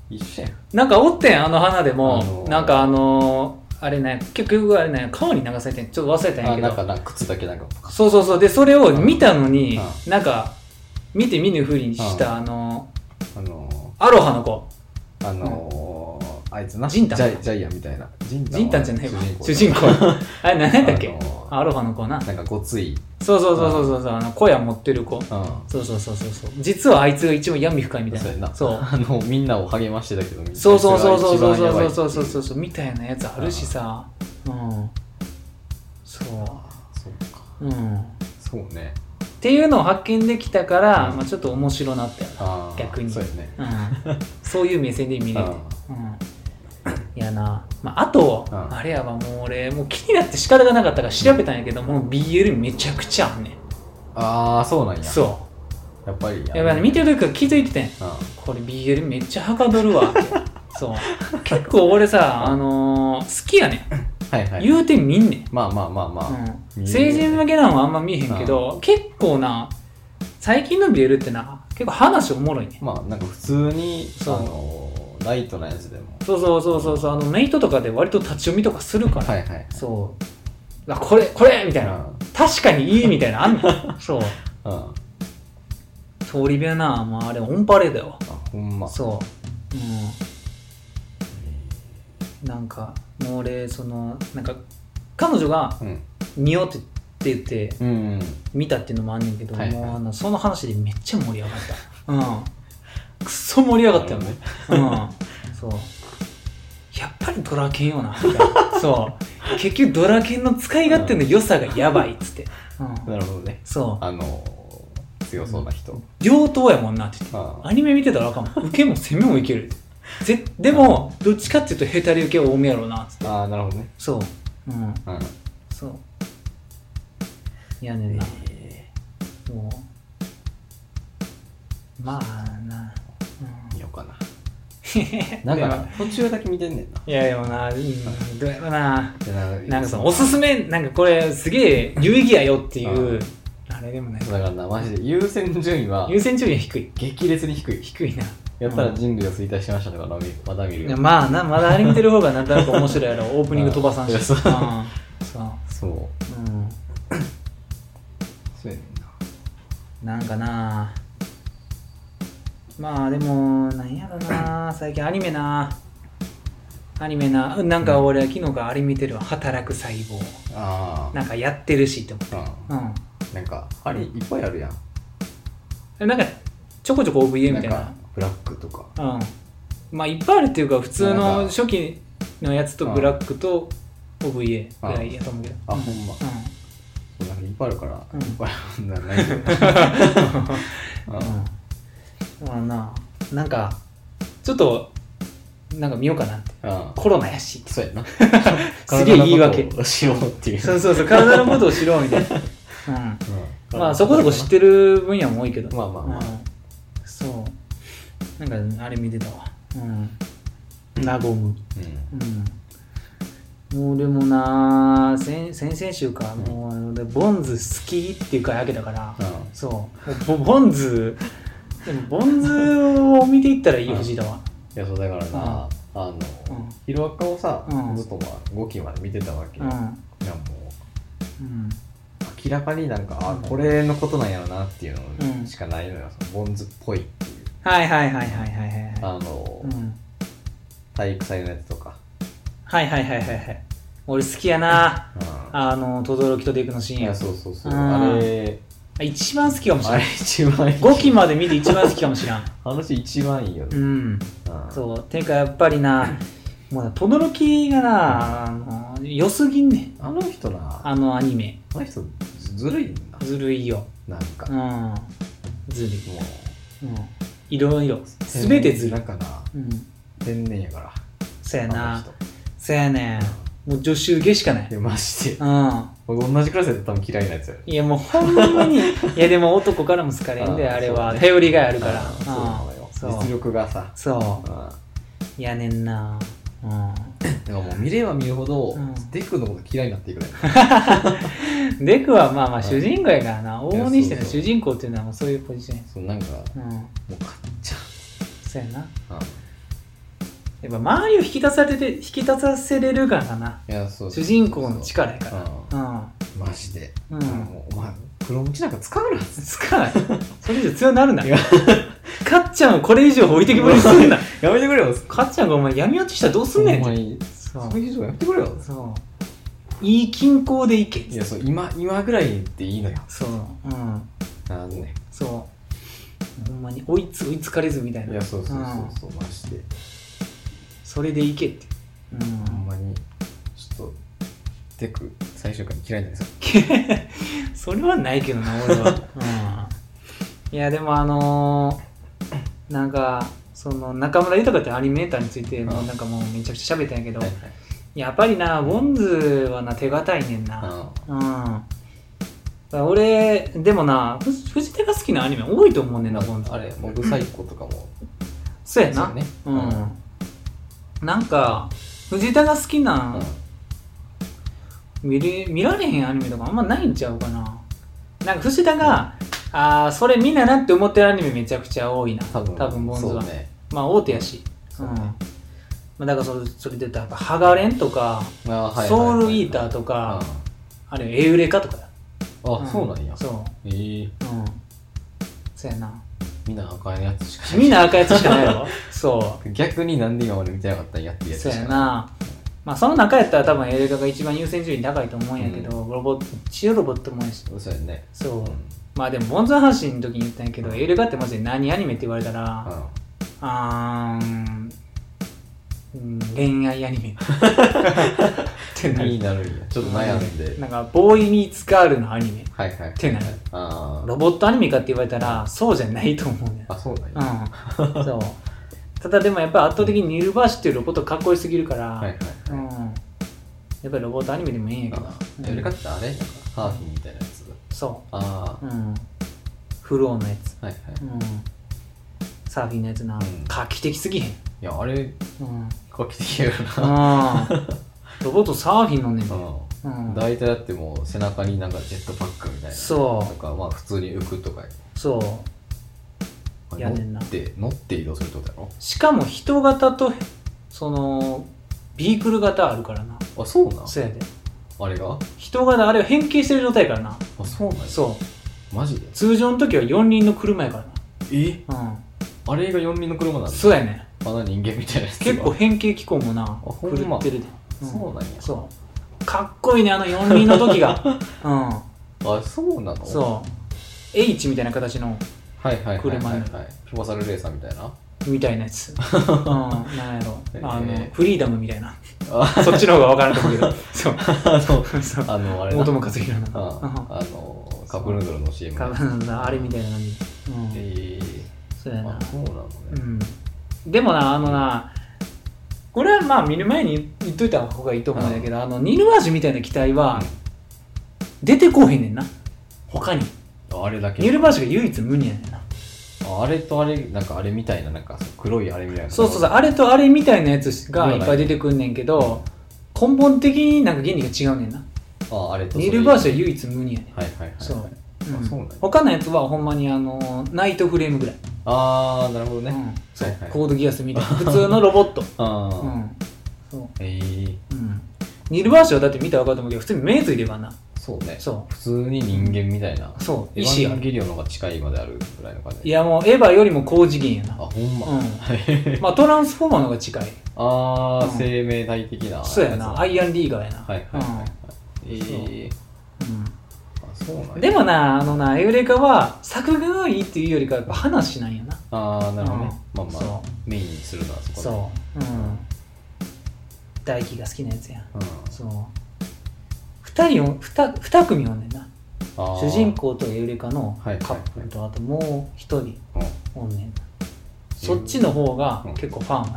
一緒やんなんかおってんあの花でも、あのーなんかあのーあれね結局あれね川に流されてんちょっと忘れたんやあけなんかどなんか靴だけなんかそうそうそうでそれを見たのに、うなんか見て見ぬふりにした、うんあのあのーアロハの子ー、あのー、あいつなジンタンジャイジャイアンみたいなジンジンタンじゃないわ主主人人公公 *laughs* あれ何やったっけあのーアロハの子ななんかごついそうそうそうそうそうそうあの小屋持ってる子うんそうそうそうそうそう実はあいつが一番闇深いみたいそうやななそう *laughs* あのみんなを励ましてたけどみんなそうそうそうそうそうそうそうそうそそううそうみたいなやつあるしさうんそそうかううんそうねっていうのを発見できたから、まあ、ちょっと面白なったよあー逆にそうやねな、うん、そういう目線で見れて、あうん、いやな、まあ、あと、うんあれやばもう俺もう気になって仕方がなかったから調べたんやけどもう BL めちゃくちゃあんねんあーそうなんやそやっぱりうやばいね見てる時から気づいててんうんこれ BL めっちゃはかどるわ *laughs* ってそう結構俺さ、あのー好きやねんはいはい言うて見んねんまあまあまあまあ、うん、見えるよ成ね人向けなんはあんま見えへんけど、結構な最近の BL ってな結構話おもろいねまあなんか普通にそうあのライトなやつでもそうそうそうそうそうあのメイトとかで割と立ち読みとかするから、はいはいそうあこれこれみたいな、確かにいいみたいなのあん *laughs* のそううん、うん、あ通り部屋なもうあれオンパレードよほんまそううんなんかもう俺そのなんか彼女がうん見ようって言ってうんうん見たっていうのもあんねんけど、はいはいもうあのその話でめっちゃ盛り上がっ *laughs* たうんくっそ盛り上がったよねうんそうやっぱりドラケンよなみたいなそう結局ドラケンの使い勝手の良さがやばいっつって、うん、なるほどねそうあの強そうな人、両党やもんなって言ってあアニメ見てたらあかんもん受けも攻めもいけるぜでもどっちかっていうとヘタレ受けは多めやろうなっつってあーなるほどねそううんうんそういやねんなもうまあな、見よう *laughs* かうななんか途中だけ見てんねんないやでもな、うん、どうやろなでなんなんかそのおすすめなんかこれすげえ有意義やよっていううんあれでもないだからなマジで優先順位は優先順位は低い激烈に低い低いなやったら人類が衰退しましたとかまだ見まだ見るいよやまあなまだあれ見てる方がなんとなく面白いやろオープニング飛ばさんいしやそううんそうそううんそうやねんななんかなまあでもなんやろな最近アニメなアニメなうんなんか俺は昨日からあれ見てるわ働く細胞あなんかやってるしって思あううんなんかあれいっぱいあるやんうんなんかちょこちょこ OVA みなんたいかなブラックとかうんまあいっぱいあるっていうか普通なんのか初期のやつとブラックと OVA ぐらいやと思うけどあほんまうんそうなんかいっぱいあるから、うんいっぱいあるんだないけど *laughs* うん、 *laughs* まあななんかちょっとなんか見ようかなってああコロナやしってそうや *laughs* なすげえ言い訳体のことをしようっていうそうそうそう体のことを知ろうみたいな、うん、まあそこそこ知ってる分野も多いけどまあまあまあうん、そうなんかあれ見てたわうんなごむうんうんもうでもな先先々週か、もうでボンズ好きっていう回開けたから、うそうボボンズでもボンズを見ていったらいい藤田は、んいやそうだからなあのうんヒロアカをさうんずっとまあ5期まで見てたわけうよいやもんううん明らかになんかあうんこれのことなんやろなっていううんのしかないのよそのボンズっぽいっていうはいはいはいはいはいはいはいあのうん体育祭のやつとかはいはいはいはいはい俺好きやなうあの轟とデクのシんいーやンそうそうそううんあれ一番好きかもしれあなれい一番いい5期まで見て一番好きかもしれん話一番いいようねんうんそうていうかやっぱりなもうな轟がなあの良すぎんねんあの人なあのアニメあの人ずるいんだずるいよなんかうもうんずるいうんいろいろ全てずるいなんかなうん天然やからそやあのな人そやねんもう女子受けしかないいやマジでうん僕同じクラスやったら多分嫌いなやつやいやもうほんま *laughs* にいやでも男からも好かれんであーあれはそうね頼りがいあるからあーそうなのようんそう実力がさそうんうやねんなうだからもう見れば見るほどうんデクのこと嫌いになっていくねんデクはまあまあ主人公やからな往々にしてのそうそう主人公っていうのはもうそういうポジションやそうなんかもうんうかっちゃそうやなうやっぱ周りを引き出されて引き立たせれるからかなんいやそう主人公の力やかうらんマジでうんううんもうお前黒持ちなんか使うなつかないそれ以上強になるないやかっちゃんをこれ以上置いてきぼりにすんな *laughs* やめてくれよかっちゃんがお前闇落ちしたらどうすんねほんまんにそうそういう人やめてくれよそういい均衡でいけいやそう今今ぐらいにっていいのよそううんあのねそうほんまに追いつ追いつかれずみたいいなやそうそうそうそうマジでそれでいけってうほんんまにちょっとデク最終回に嫌いになりそうそれはないけどな俺は、うん、いやでもあのーなんかその中村豊ってアニメーターについてもうなんかもうめちゃくちゃ喋ったんやけど、やっぱりなボンズはな手堅いねんな、あうん。だから俺、でもな、フジフジテが好きなアニメ多いと思うねんな、ボンズあれモブサイコとかもそうやな。そうねううんん。なんか、藤田が好きな、見れ見られへんアニメとかあんまないんちゃうかな。なんか藤田が、ああ、それ見ななって思ってるアニメめちゃくちゃ多いな。多多分、分ボンズは。そうねまあ、大手やし。うそん。うねまあ、だからそれ、それで言ったら、ハガレンとか、あーはいはいはいソウルイーターとか、あれ、エウレカとかだ。うんあそうなんやそえーう。うん。そうやな。みんな赤いのやつしかみんな赤いやつしかないや *laughs* ろそ逆になんで今まで見てなかったんやっていううやつそしうかやなまあその中やったら多分映画が一番優先順位高いと思うんやけど、ロボット一応ロボットもやしそうやねそう、うんまあでもボンズ阪神の時に言ったんやけど映画ってマジで何アニメって言われたらああーんうん恋愛アニメってなーるになるん *laughs* やちょっと悩んでなんかボーイミーツガールのアニメはいはいてなるあローボットアニメかって言われたらそうじゃないと思うねんあそうなんや *laughs* うん、そうただでもやっぱり圧倒的にニルバーシっていうロボットかっこよすぎるから、はいはいうん、やっぱりロボットアニメでもいいんやけどあうんーやり方ってあれなんかハーフみたいなやつそあう、うん、フローのやつ、あはいはいうん、サーフィンのやつな、うん画期的すぎへん、いやあれうん、画期的やよなあーロボットサーフィンのねんでううんん大体だってもう背中になんかジェットパックみたいなそうとかまあ普通に浮くとかそうあれやねんな乗って乗って移動するってことやろしかも人型とそのビークル型あるからなあそうなんそうやであれが人型あれを変形してる状態やからなあそうなんやそうマジで通常の時は四輪の車やかえらなあれが四輪の車うなんんだそうやねまだ人間みたいなやつが結構変形機構もなほ狂んまってるで、うんそうなんやそうかっこいいねあの四輪の時 *laughs* がうあそうなのんそう H みたいな形のはいはいはいはい車はいに飛ばされるレーサーみたいなみたいなやつ、うん、なんやろあの、えーフリーダムみたいな *laughs* あそっちの方が分からんと思うけどそうのそうあのあれ大な友克洋のああのカップヌードルの CM かなんだあれみたいな感じ、うんえそうえやあな、そうなのうねん、でもなあのなこれはまあ見る前に言っといた方がいいと思うんだけど、あのニヌワージュみたいな機体はうん出てこうへんねんな他にああれだけニヌワージュが唯一無二やねんなああれとあれなんかあれみたいななんか黒いあれみたいなそうそうそうあれとあれみたいなやつがいっぱい出てくんねんけうんど根本的になんか原理が違うねんなああれとそれニルバージュは唯一無二やねんはいはいはいはいそうあうんそうなんや他のやつはほんまにあのナイトフレームぐらい、あーなるほどね、うんそう、はいはいコードギアス *laughs* みたいな普通のロボットああ、うんそうええうんニルバーシュはだって見たら分かると思うけど普通に目ついてるからなそうねそ普通に人間みたいなうそうエ意ヴ思ァンあるゲリオンの方が近いまであるぐらいの感じいやもうエヴァよりも高次元やあなほんま、うんあまあトランスフォーマーの方が近いあー、うん生命体的なそうやなアイアアンリーガーやなはいはいはい、ええうんうんあそうなんやでもなあのなエウレカは作画がいいっていうよりかやっぱ話なんやなああなるほどね、うんまあまあそメインにするのはそこだそううん大輝が好きなやつやんうんそう2人を 2, 2組おんねんなあー主人公とエウレカのカはいはいはいップルとあともう1人うんあおんねんなそっちの方がうん結構ファンは好き、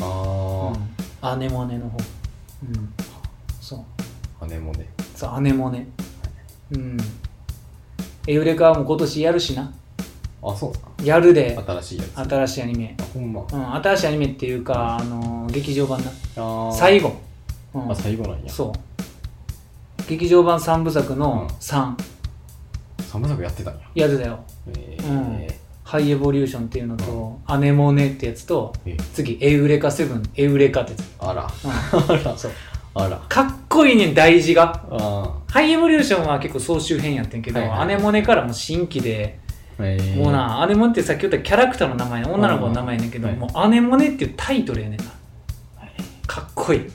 あうん、アネモネの方うんそうー、姉もねそうアネモネうんエウレカはもう今年やるしなあそうなんやるで新しいやつあ新しいアニメほんまうん、新しいアニメっていうか、あのー劇場版なあー最後、うんあ最後なんやそう劇場版3部作うんの3、寒さくやってたんややるだよえうんえハイエボリューションっていうのと、アネモネってやつとえ次エウレカセブンエウレカってやつ、あらうん *laughs* あらそうあらかっこいいねん大事があハイエボリューションは結構総集編やってんけど、はいはいアネモネからもう新規で、ーえーもうなアネモネってさっき言ったキャラクターの名前女の子の名前やねんけど、うんもうアネモネっていうタイトルやねんなかっこいい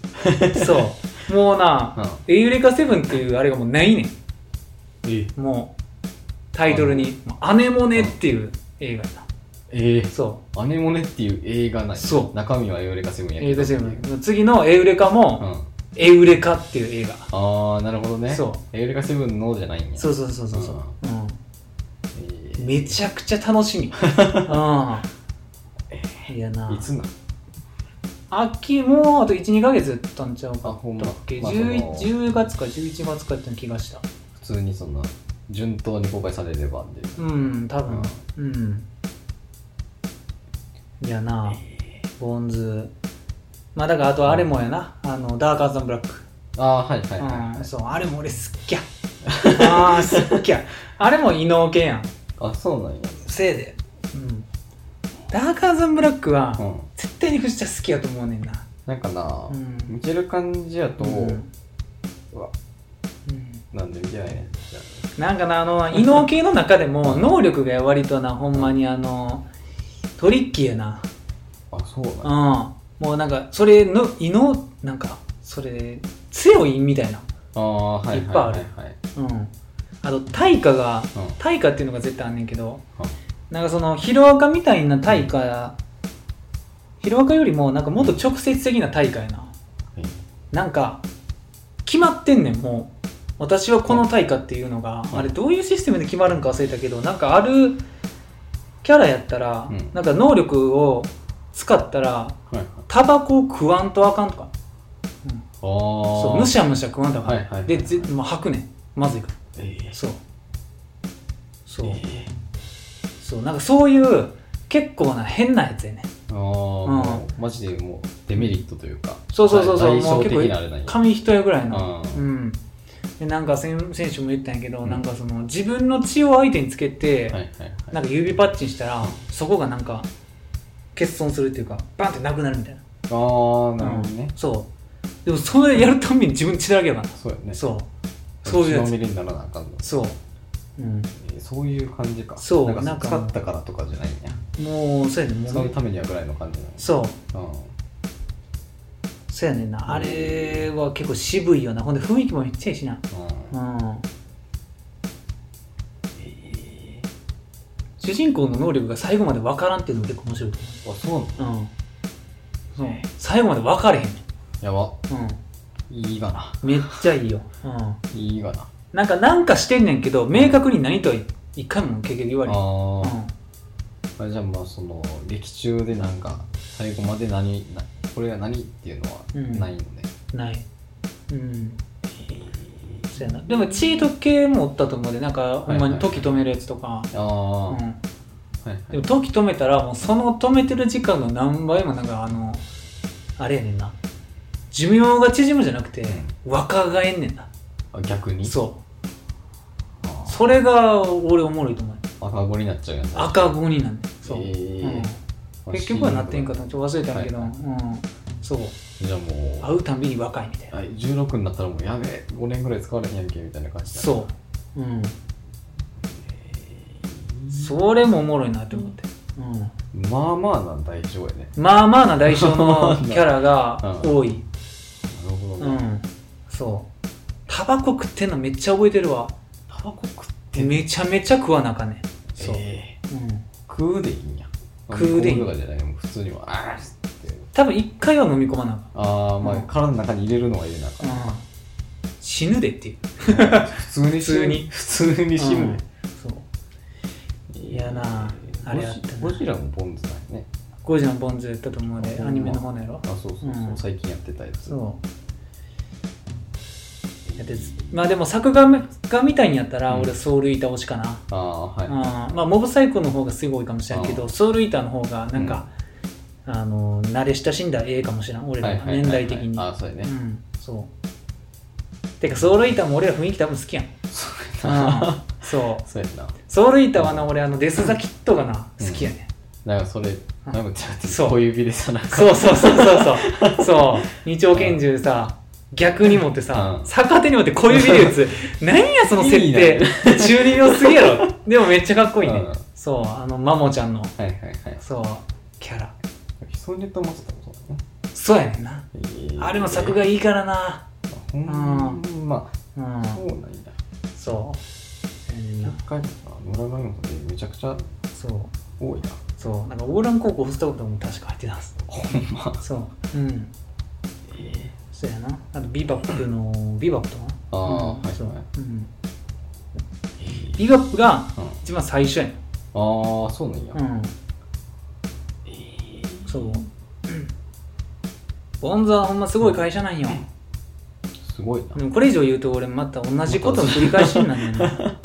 そうもう *laughs* な、エウレカセブンっていうあれがもうないねんうんえもうタイトルに「もうアネモネ」っていう映画やなえーそアネモネっていう映画ないそう中身はエウレカセブンうやエウレけどカセブン次の「エウレカ」うもん「エウレカ」っていう映画ああなるほどねそうエウレカセブンのじゃないんやそうそうそうそうそう、うんえーめちゃくちゃ楽 *laughs* しみうんいやないつなん秋もあと12ヶ月やったんちゃうかあっほんまたっけ、まあ 10, その10月か11月かっていう気がした普通にそんな順当に公開されればっていううん多分うん、いやなボーンズまあだからあとあれもやな、あのダークアーズブラック、ああーはいはいはいうん、はいそうあれも俺すっきゃああすっきゃ *laughs* あれも異能系やんあそうなんやせいで、うん、ダークアーズブラックは、うん絶対に藤田好きやと思うねんななんかなうん見てる感じやとうんうわうんなんで見てないねんじゃなんかなあ *laughs* の異能系の中でも能力が割となほんまにあのトリッキーやなああそうなんやうんもうなんかそれの異能なんかそれ強いみたいなああはいはいはいはいうんあと対価がうん対価っていうのが絶対あんねんけどうんなんかそのヒロアカみたいな対価ヒロアカよりもなんかもっと直接的な対価やななんか決まってんねんもう私はこの対価っていうのが、うんあれどういうシステムで決まるんか忘れたけどなんかあるキャラやったら、うんなんか能力を使ったらはいはいタバコを食わんとあかんとかああそうむしゃむしゃ食わんとあかん、はいはいはいはでいぜ、まあ、吐くねんまずいかええらそうそう、えそうなんかそういう結構な変なやつやねんえああもうマジでもうデメリットというかそうそうそうそう代もう償結的なあれ構なんや紙一重ぐらいのううんんでなんか選選手も言ったんやけど、うんなんかその自分の血を相手につけて、はいはいなんか指パッチンしたらそこがなんか欠損するっていうかバンってなくなるみたいなああなるほどね、そうでもそれやるために自分血だらけやからなそうやねそうそういうや血まつみれにならなあかんのそう、うん、えーそういう感じかそうなんかなんか使ったからとかじゃないんやもうそうやねんも使ううためにはぐらいの感じなんやそううんそうやねんなあれは結構渋いよなほんで雰囲気もめっちゃいいしなううんんえ主人公の能力が最後まで分からんっていうのも結構面白いとーあそうなの思ううんそう最後まで分かれへんねんやばういいがなんめっちゃいいよ、うん、いいがななんかなんかしてんねんけど明確に何とは一回も結局言われへんあうーんあじゃあまあその劇中でなんか最後まで何なこれが何っていうのはうんないのね、ないうんそうやなでもチート系もおったと思うでなんかほんまに時止めるやつとか、ああ、はいうんはいでも時止めたらもうその止めてる時間の何倍もなんかあのあれやねんな寿命が縮むじゃなくて若返んねんなあ逆にそあうそれが俺おもろいと思うー赤子になっちゃうやつ赤子になんねんそう、えーうん、結局はなってんかったなちょっと忘れたんやけど、はいうんそうじゃあも会ううたんびに若いみたいな、はい、16になったらもうやべえ5年ぐらい使われへんやんけみたいな感じうそううんそれもおもろいなって思って、うん、まあまあな大丈夫やねまあまあな代償のキャラ *laughs* が多い、なるほどうね、ん、そうタバコ食ってんのめっちゃ覚えてるわタバコ食っめちゃめちゃ食わなあかんねんそそうう、うん、食うでいいんや食うでいい飲み込むとかじゃないもう普通にはあーって多分一回は飲み込まなああーまあ、うん体の中に入れるのは入れなあかかん、うん、死ぬでっていう、ん普通に普通に死ぬ普通に死ぬね、そういやなああれやったなゴジラもポンズだよねゴジラのボンズやったと思うでほんまアニメの方のやろあそうそうそう、うん最近やってたやつそうやってつまあでも作画がみたいにやったらうん俺ソウルイーター推しかな、ああはい、うんまあモブサイコの方がすごいかもしれんけあどソウルイーターの方がなんか、あの慣れ親しんだ絵かもしれん俺らはいのはいはいはい年代的に、ああそうやね、うんそうてかソウルイーターも俺ら雰囲気多分好きやん、そうやな、うん、そうそうやなソウルイーターはな俺あのデス・ザ・キットがなうん好きやね、なんかそれ、うんなんかちょっとそう小指でさ、なんか、そうそうそうそうそうそう二丁拳銃さ逆に持ってさ、うん逆手に持って小指で打つ何やその設意味定中二病すぎやろでもめっちゃかっこいいね、うんそうあのマモちゃんのはいはいはい。そうキャラヒソネとマスターもそうだねそうやねんなえー。あれも作画いいからなほんま、うんそうなんだ。そうそうやねんな1回とか、野良ガイモさんでめちゃくちゃそう多いな。そうなんかオーラン高校ホストとも確か入ってたんですほん *laughs* ま。そううんえそうやなあとビバップのビバップとかなああうんはいそうはいうんービバップがうん一番最初やねんああ、そうなんや。うんそう *clears throat* ボンズはほんますごい会社なんよすごいなで。もこれ以上言うと俺また同じことの繰り返しになるよ *laughs* ね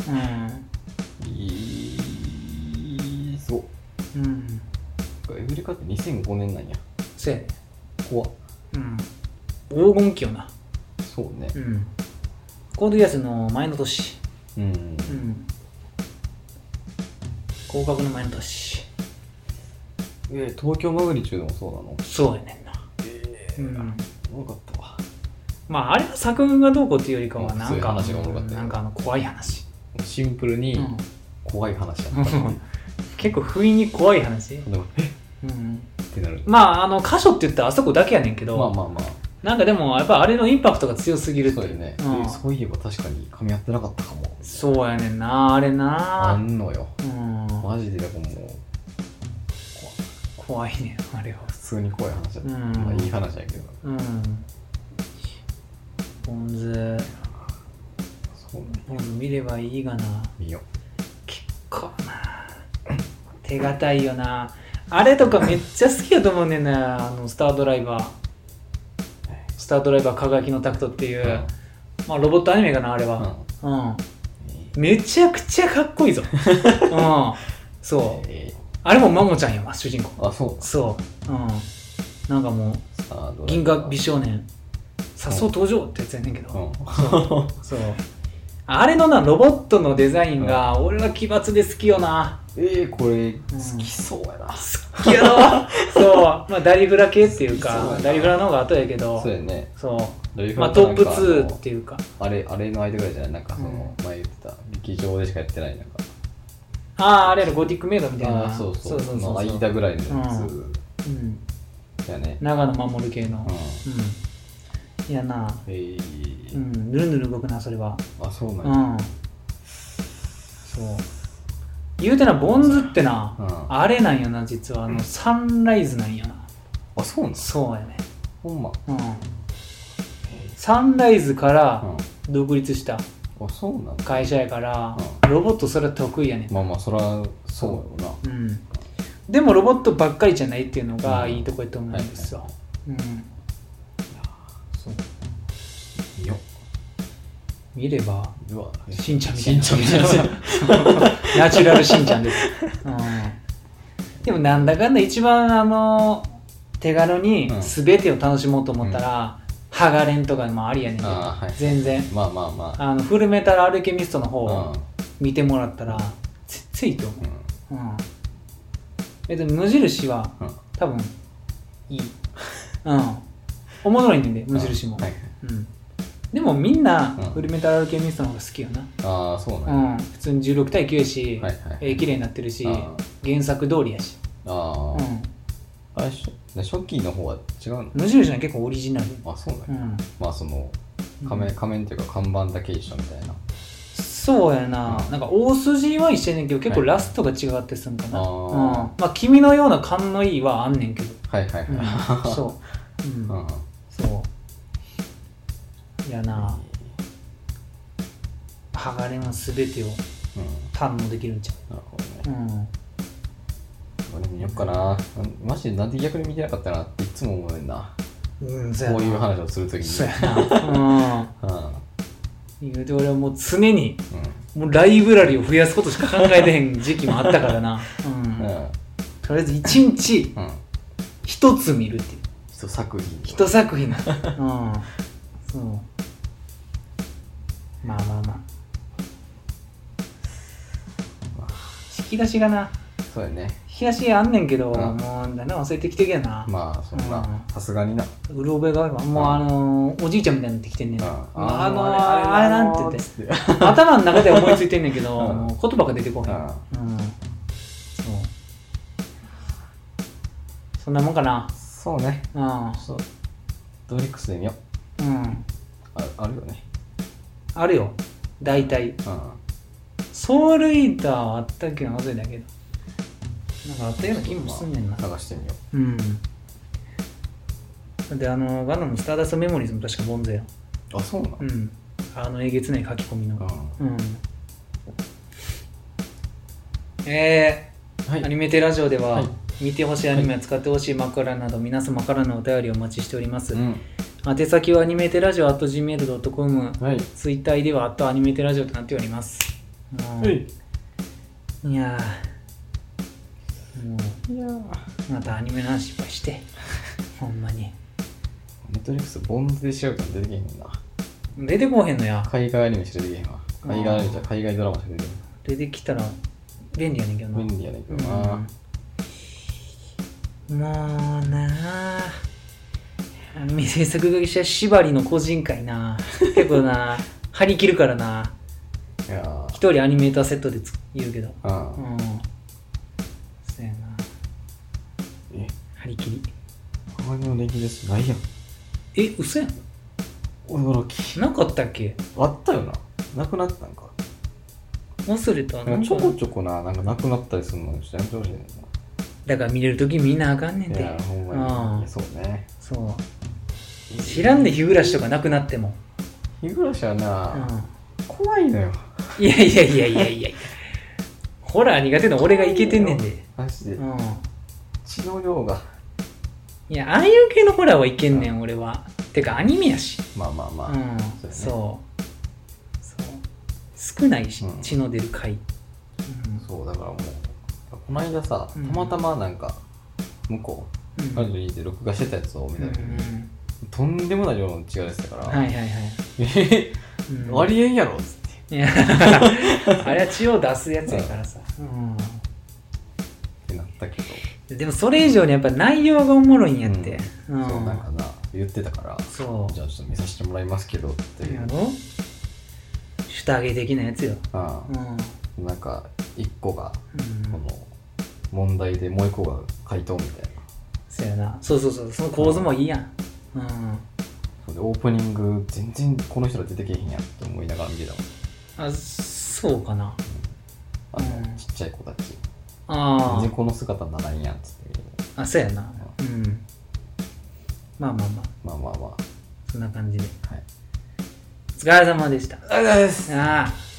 えーそう。うんうんエブリカって2005年なんや。そうやね怖っうん黄金期よなそうねう。んコードギアスの前の年うん。うん広角の前の年えー東京マグニチュードもそうなのそうやねんなうん多かったわ。まああれは作品がどうこうっていうよりかはうんなんかそういう話が多かったよなんかあの怖い話、シンプルにうん怖い話だったっていう結構不意に怖い話、でも、えっうん、ってなる。まああの箇所って言ったらあそこだけやねんけど、まあまあまあ、なんかでもやっぱあれのインパクトが強すぎるってそういよね、うんそういえば確かに噛み合ってなかったかも。そうやねんなあれあなんのよ。うんマジでだからもう、怖い怖いねんあれは普通に怖い話だった。うんまあいい話だけど。うんポンズそうね。ポンズ見ればいいがな見よ。結構な手堅いよなあれとかめっちゃ好きやと思うねんなあのスタードライバースタードライバー輝きのタクトっていうう、まあロボットアニメかなあれはうん、めちゃくちゃかっこいいぞうんそうえあれもマモちゃんやわ主人公ーあ、そうそううんなんかもうスタードライバー。銀河美少年さっそう登場ってやつやねんけど、 *laughs* うんそうあれのなロボットのデザインが俺は奇抜で好きよなえー、これ好きそうやな、好きやろ *laughs* そうまあダリフラ系っていうそうやかなダリフラの方が後やけどそうやねそうドリフまあランストッなんプか2っていうかあのあれあれの間ぐらいじゃないなんかその、う前言ってた劇場でしかやってないなんかあああれやろゴティックメイドみたいなーそうそうそうそうそうのそう間ぐらいのやうんつだよね、長野守る系のうんうんいやなえうーんぬるぬる動くなそれはあそうなんうや、んそう言うてなボンズってな、うんあれなんよな実はあのサンライズなんよなあそうなんそうやねほんま、うんサンライズかうらん独立したあそうなんだ会社やから、うロボットそれは得意やねん、まあまあそらそうよな、うん、でもロボットばっかりじゃないっていうのがいいとこやと思うんはいですよ、うん、そう見よ見ればうわしんちゃんみたいしんなちゃんみたいな *laughs* *laughs* ナチュラルしんちゃんです、うん、でもなんだかんだ一番あの手軽にうん全てを楽しもうと思ったら、ハガレンとかもありやねんけどあーはい全然まあまあまああのフルメタルアルケミストの方うんを見てもらったら全然いいと思うんう、うん、別に無印はうん多分いいうんおもろいねんで無印も、うんはいうん、でもみんなうんフルメタルアルケミストの方が好きよな、ああそうなんや、うん、普通に16対9やし、はいはいえー綺麗になってるしあ原作通りやし、あうー、ん、あれ初初期の方は違うの、無印は結構オリジナル、あそうなんや、うん、まあその仮面仮面っていうか看板だけ一緒みたいなそうやな、うんなんか大筋は一緒やねんけど結構はいラストが違かったりするんかな、あうーん、まあ君のような勘のいいはあんねんけど、はいはいうんはい、 *laughs* そう、うんうん、そうやな剥がれの全てをうん、堪能できるんちゃなるほどねう、うん、俺見よっかなマジでなんで逆に見てなかったなっていつも思うねんなうん、こういう話をするときにそうやな、うんうん、言うて俺はもう常にうもうライブラリを増やすことしか考えてへん時期もあったからな、うんんうんとりあえず一日うん一つ見るっていう一作品一作品うんそうまあまあまあ引き出しがなそうやね引き出しあんねんけど、うんもうだな忘れてきてるやな、まあそんなうんさすがになうろ覚えがもうあのーおじいちゃんみたいになってきてんねん、うんあのあーのあれあれなんてあ言のっーてつって頭の中では思いついてんねんけど、うんも *laughs* う言葉が出てこへん、うんうんそうそんなもんかなそうねうそうドリックスで見ようんうんああるよねあるよ大体うんソウルイーターはあったっけな忘れたけどなんかあったような気もすんねんな探してみようんであのガノンのスターダストメモリーズも確かボンゼようあそうなのう、んあのえげつない書き込みのうんうんえはー、アいニメテラジオでは、はい見てほしいアニメや使ってほしい枕など皆様からのお便りをお待ちしております、うん宛先はアニメテラジオ at gmail.com はいツイッターでは、あとアニメテラジオとなっております。うんはいいやーもいやーう、またアニメの話いっぱい *laughs* して、ほんまに。ネットリックスボンズで調べたら出てけへんもんな出てこうへんのや。海外アニメしか出てけへんわ海外アニメじゃ海外ドラマしか出てけへん出てきたら、便利やねんけどな。便利やねんけどな、うんもうなあアニメ制作会社縛りの個人会な結構な *laughs* 張り切るからないやー一人アニメーターセットでつ言うけどうんうんそうやなえ張り切り周りの歴ですないやんえ嘘やん驚きなかったっけあったよななくなったんか忘れたななんんかかちょこちょこななんかなくなったりするのちょっとやめてほしいねんだから見れる時見なあかんねんなていやーほんまにういんやそうねそう知らんで日暮らしとかなくなっても、日暮らしはうな、ん怖いのよいやいやいやいやいやいやホラー苦手な俺がいけてんねんで、マジでうん、血の量がいやああいう系のホラーはいけんねん俺はてかアニメやしまあまあまうあ、んそうやねそうそう少ないしうん血の出る回そうだからもうこの間さうんたまたまなんか向こううんうん彼女にいて録画してたやつを見うたん時に、とんでもない量の違いですから、はいはいはい。 *laughs* えうんありえんやろっつっていや *laughs* あれは血を出すやつやからさ、ってなったけど、うん、でもそれ以上にやっぱ内容がおもろいんやって、うんそうなんかな言ってたからそうじゃあちょっと見させてもらいますけどっていやうろ下着的なやつよ、あうんうんあなんか一個がこの問題でもう一個が回答みたいなそうやなそうそうそうその構図もいいやん、うん、そうでオープニング全然この人ら出てけへんやんって思いながら見てたもんあそうかなあの、うんちっちゃい子たち全あ然この姿ならんやんっつってああそうやなうんまあまあまあまあまあまそんな感じであはいお疲れ様でしたありがとうございますああ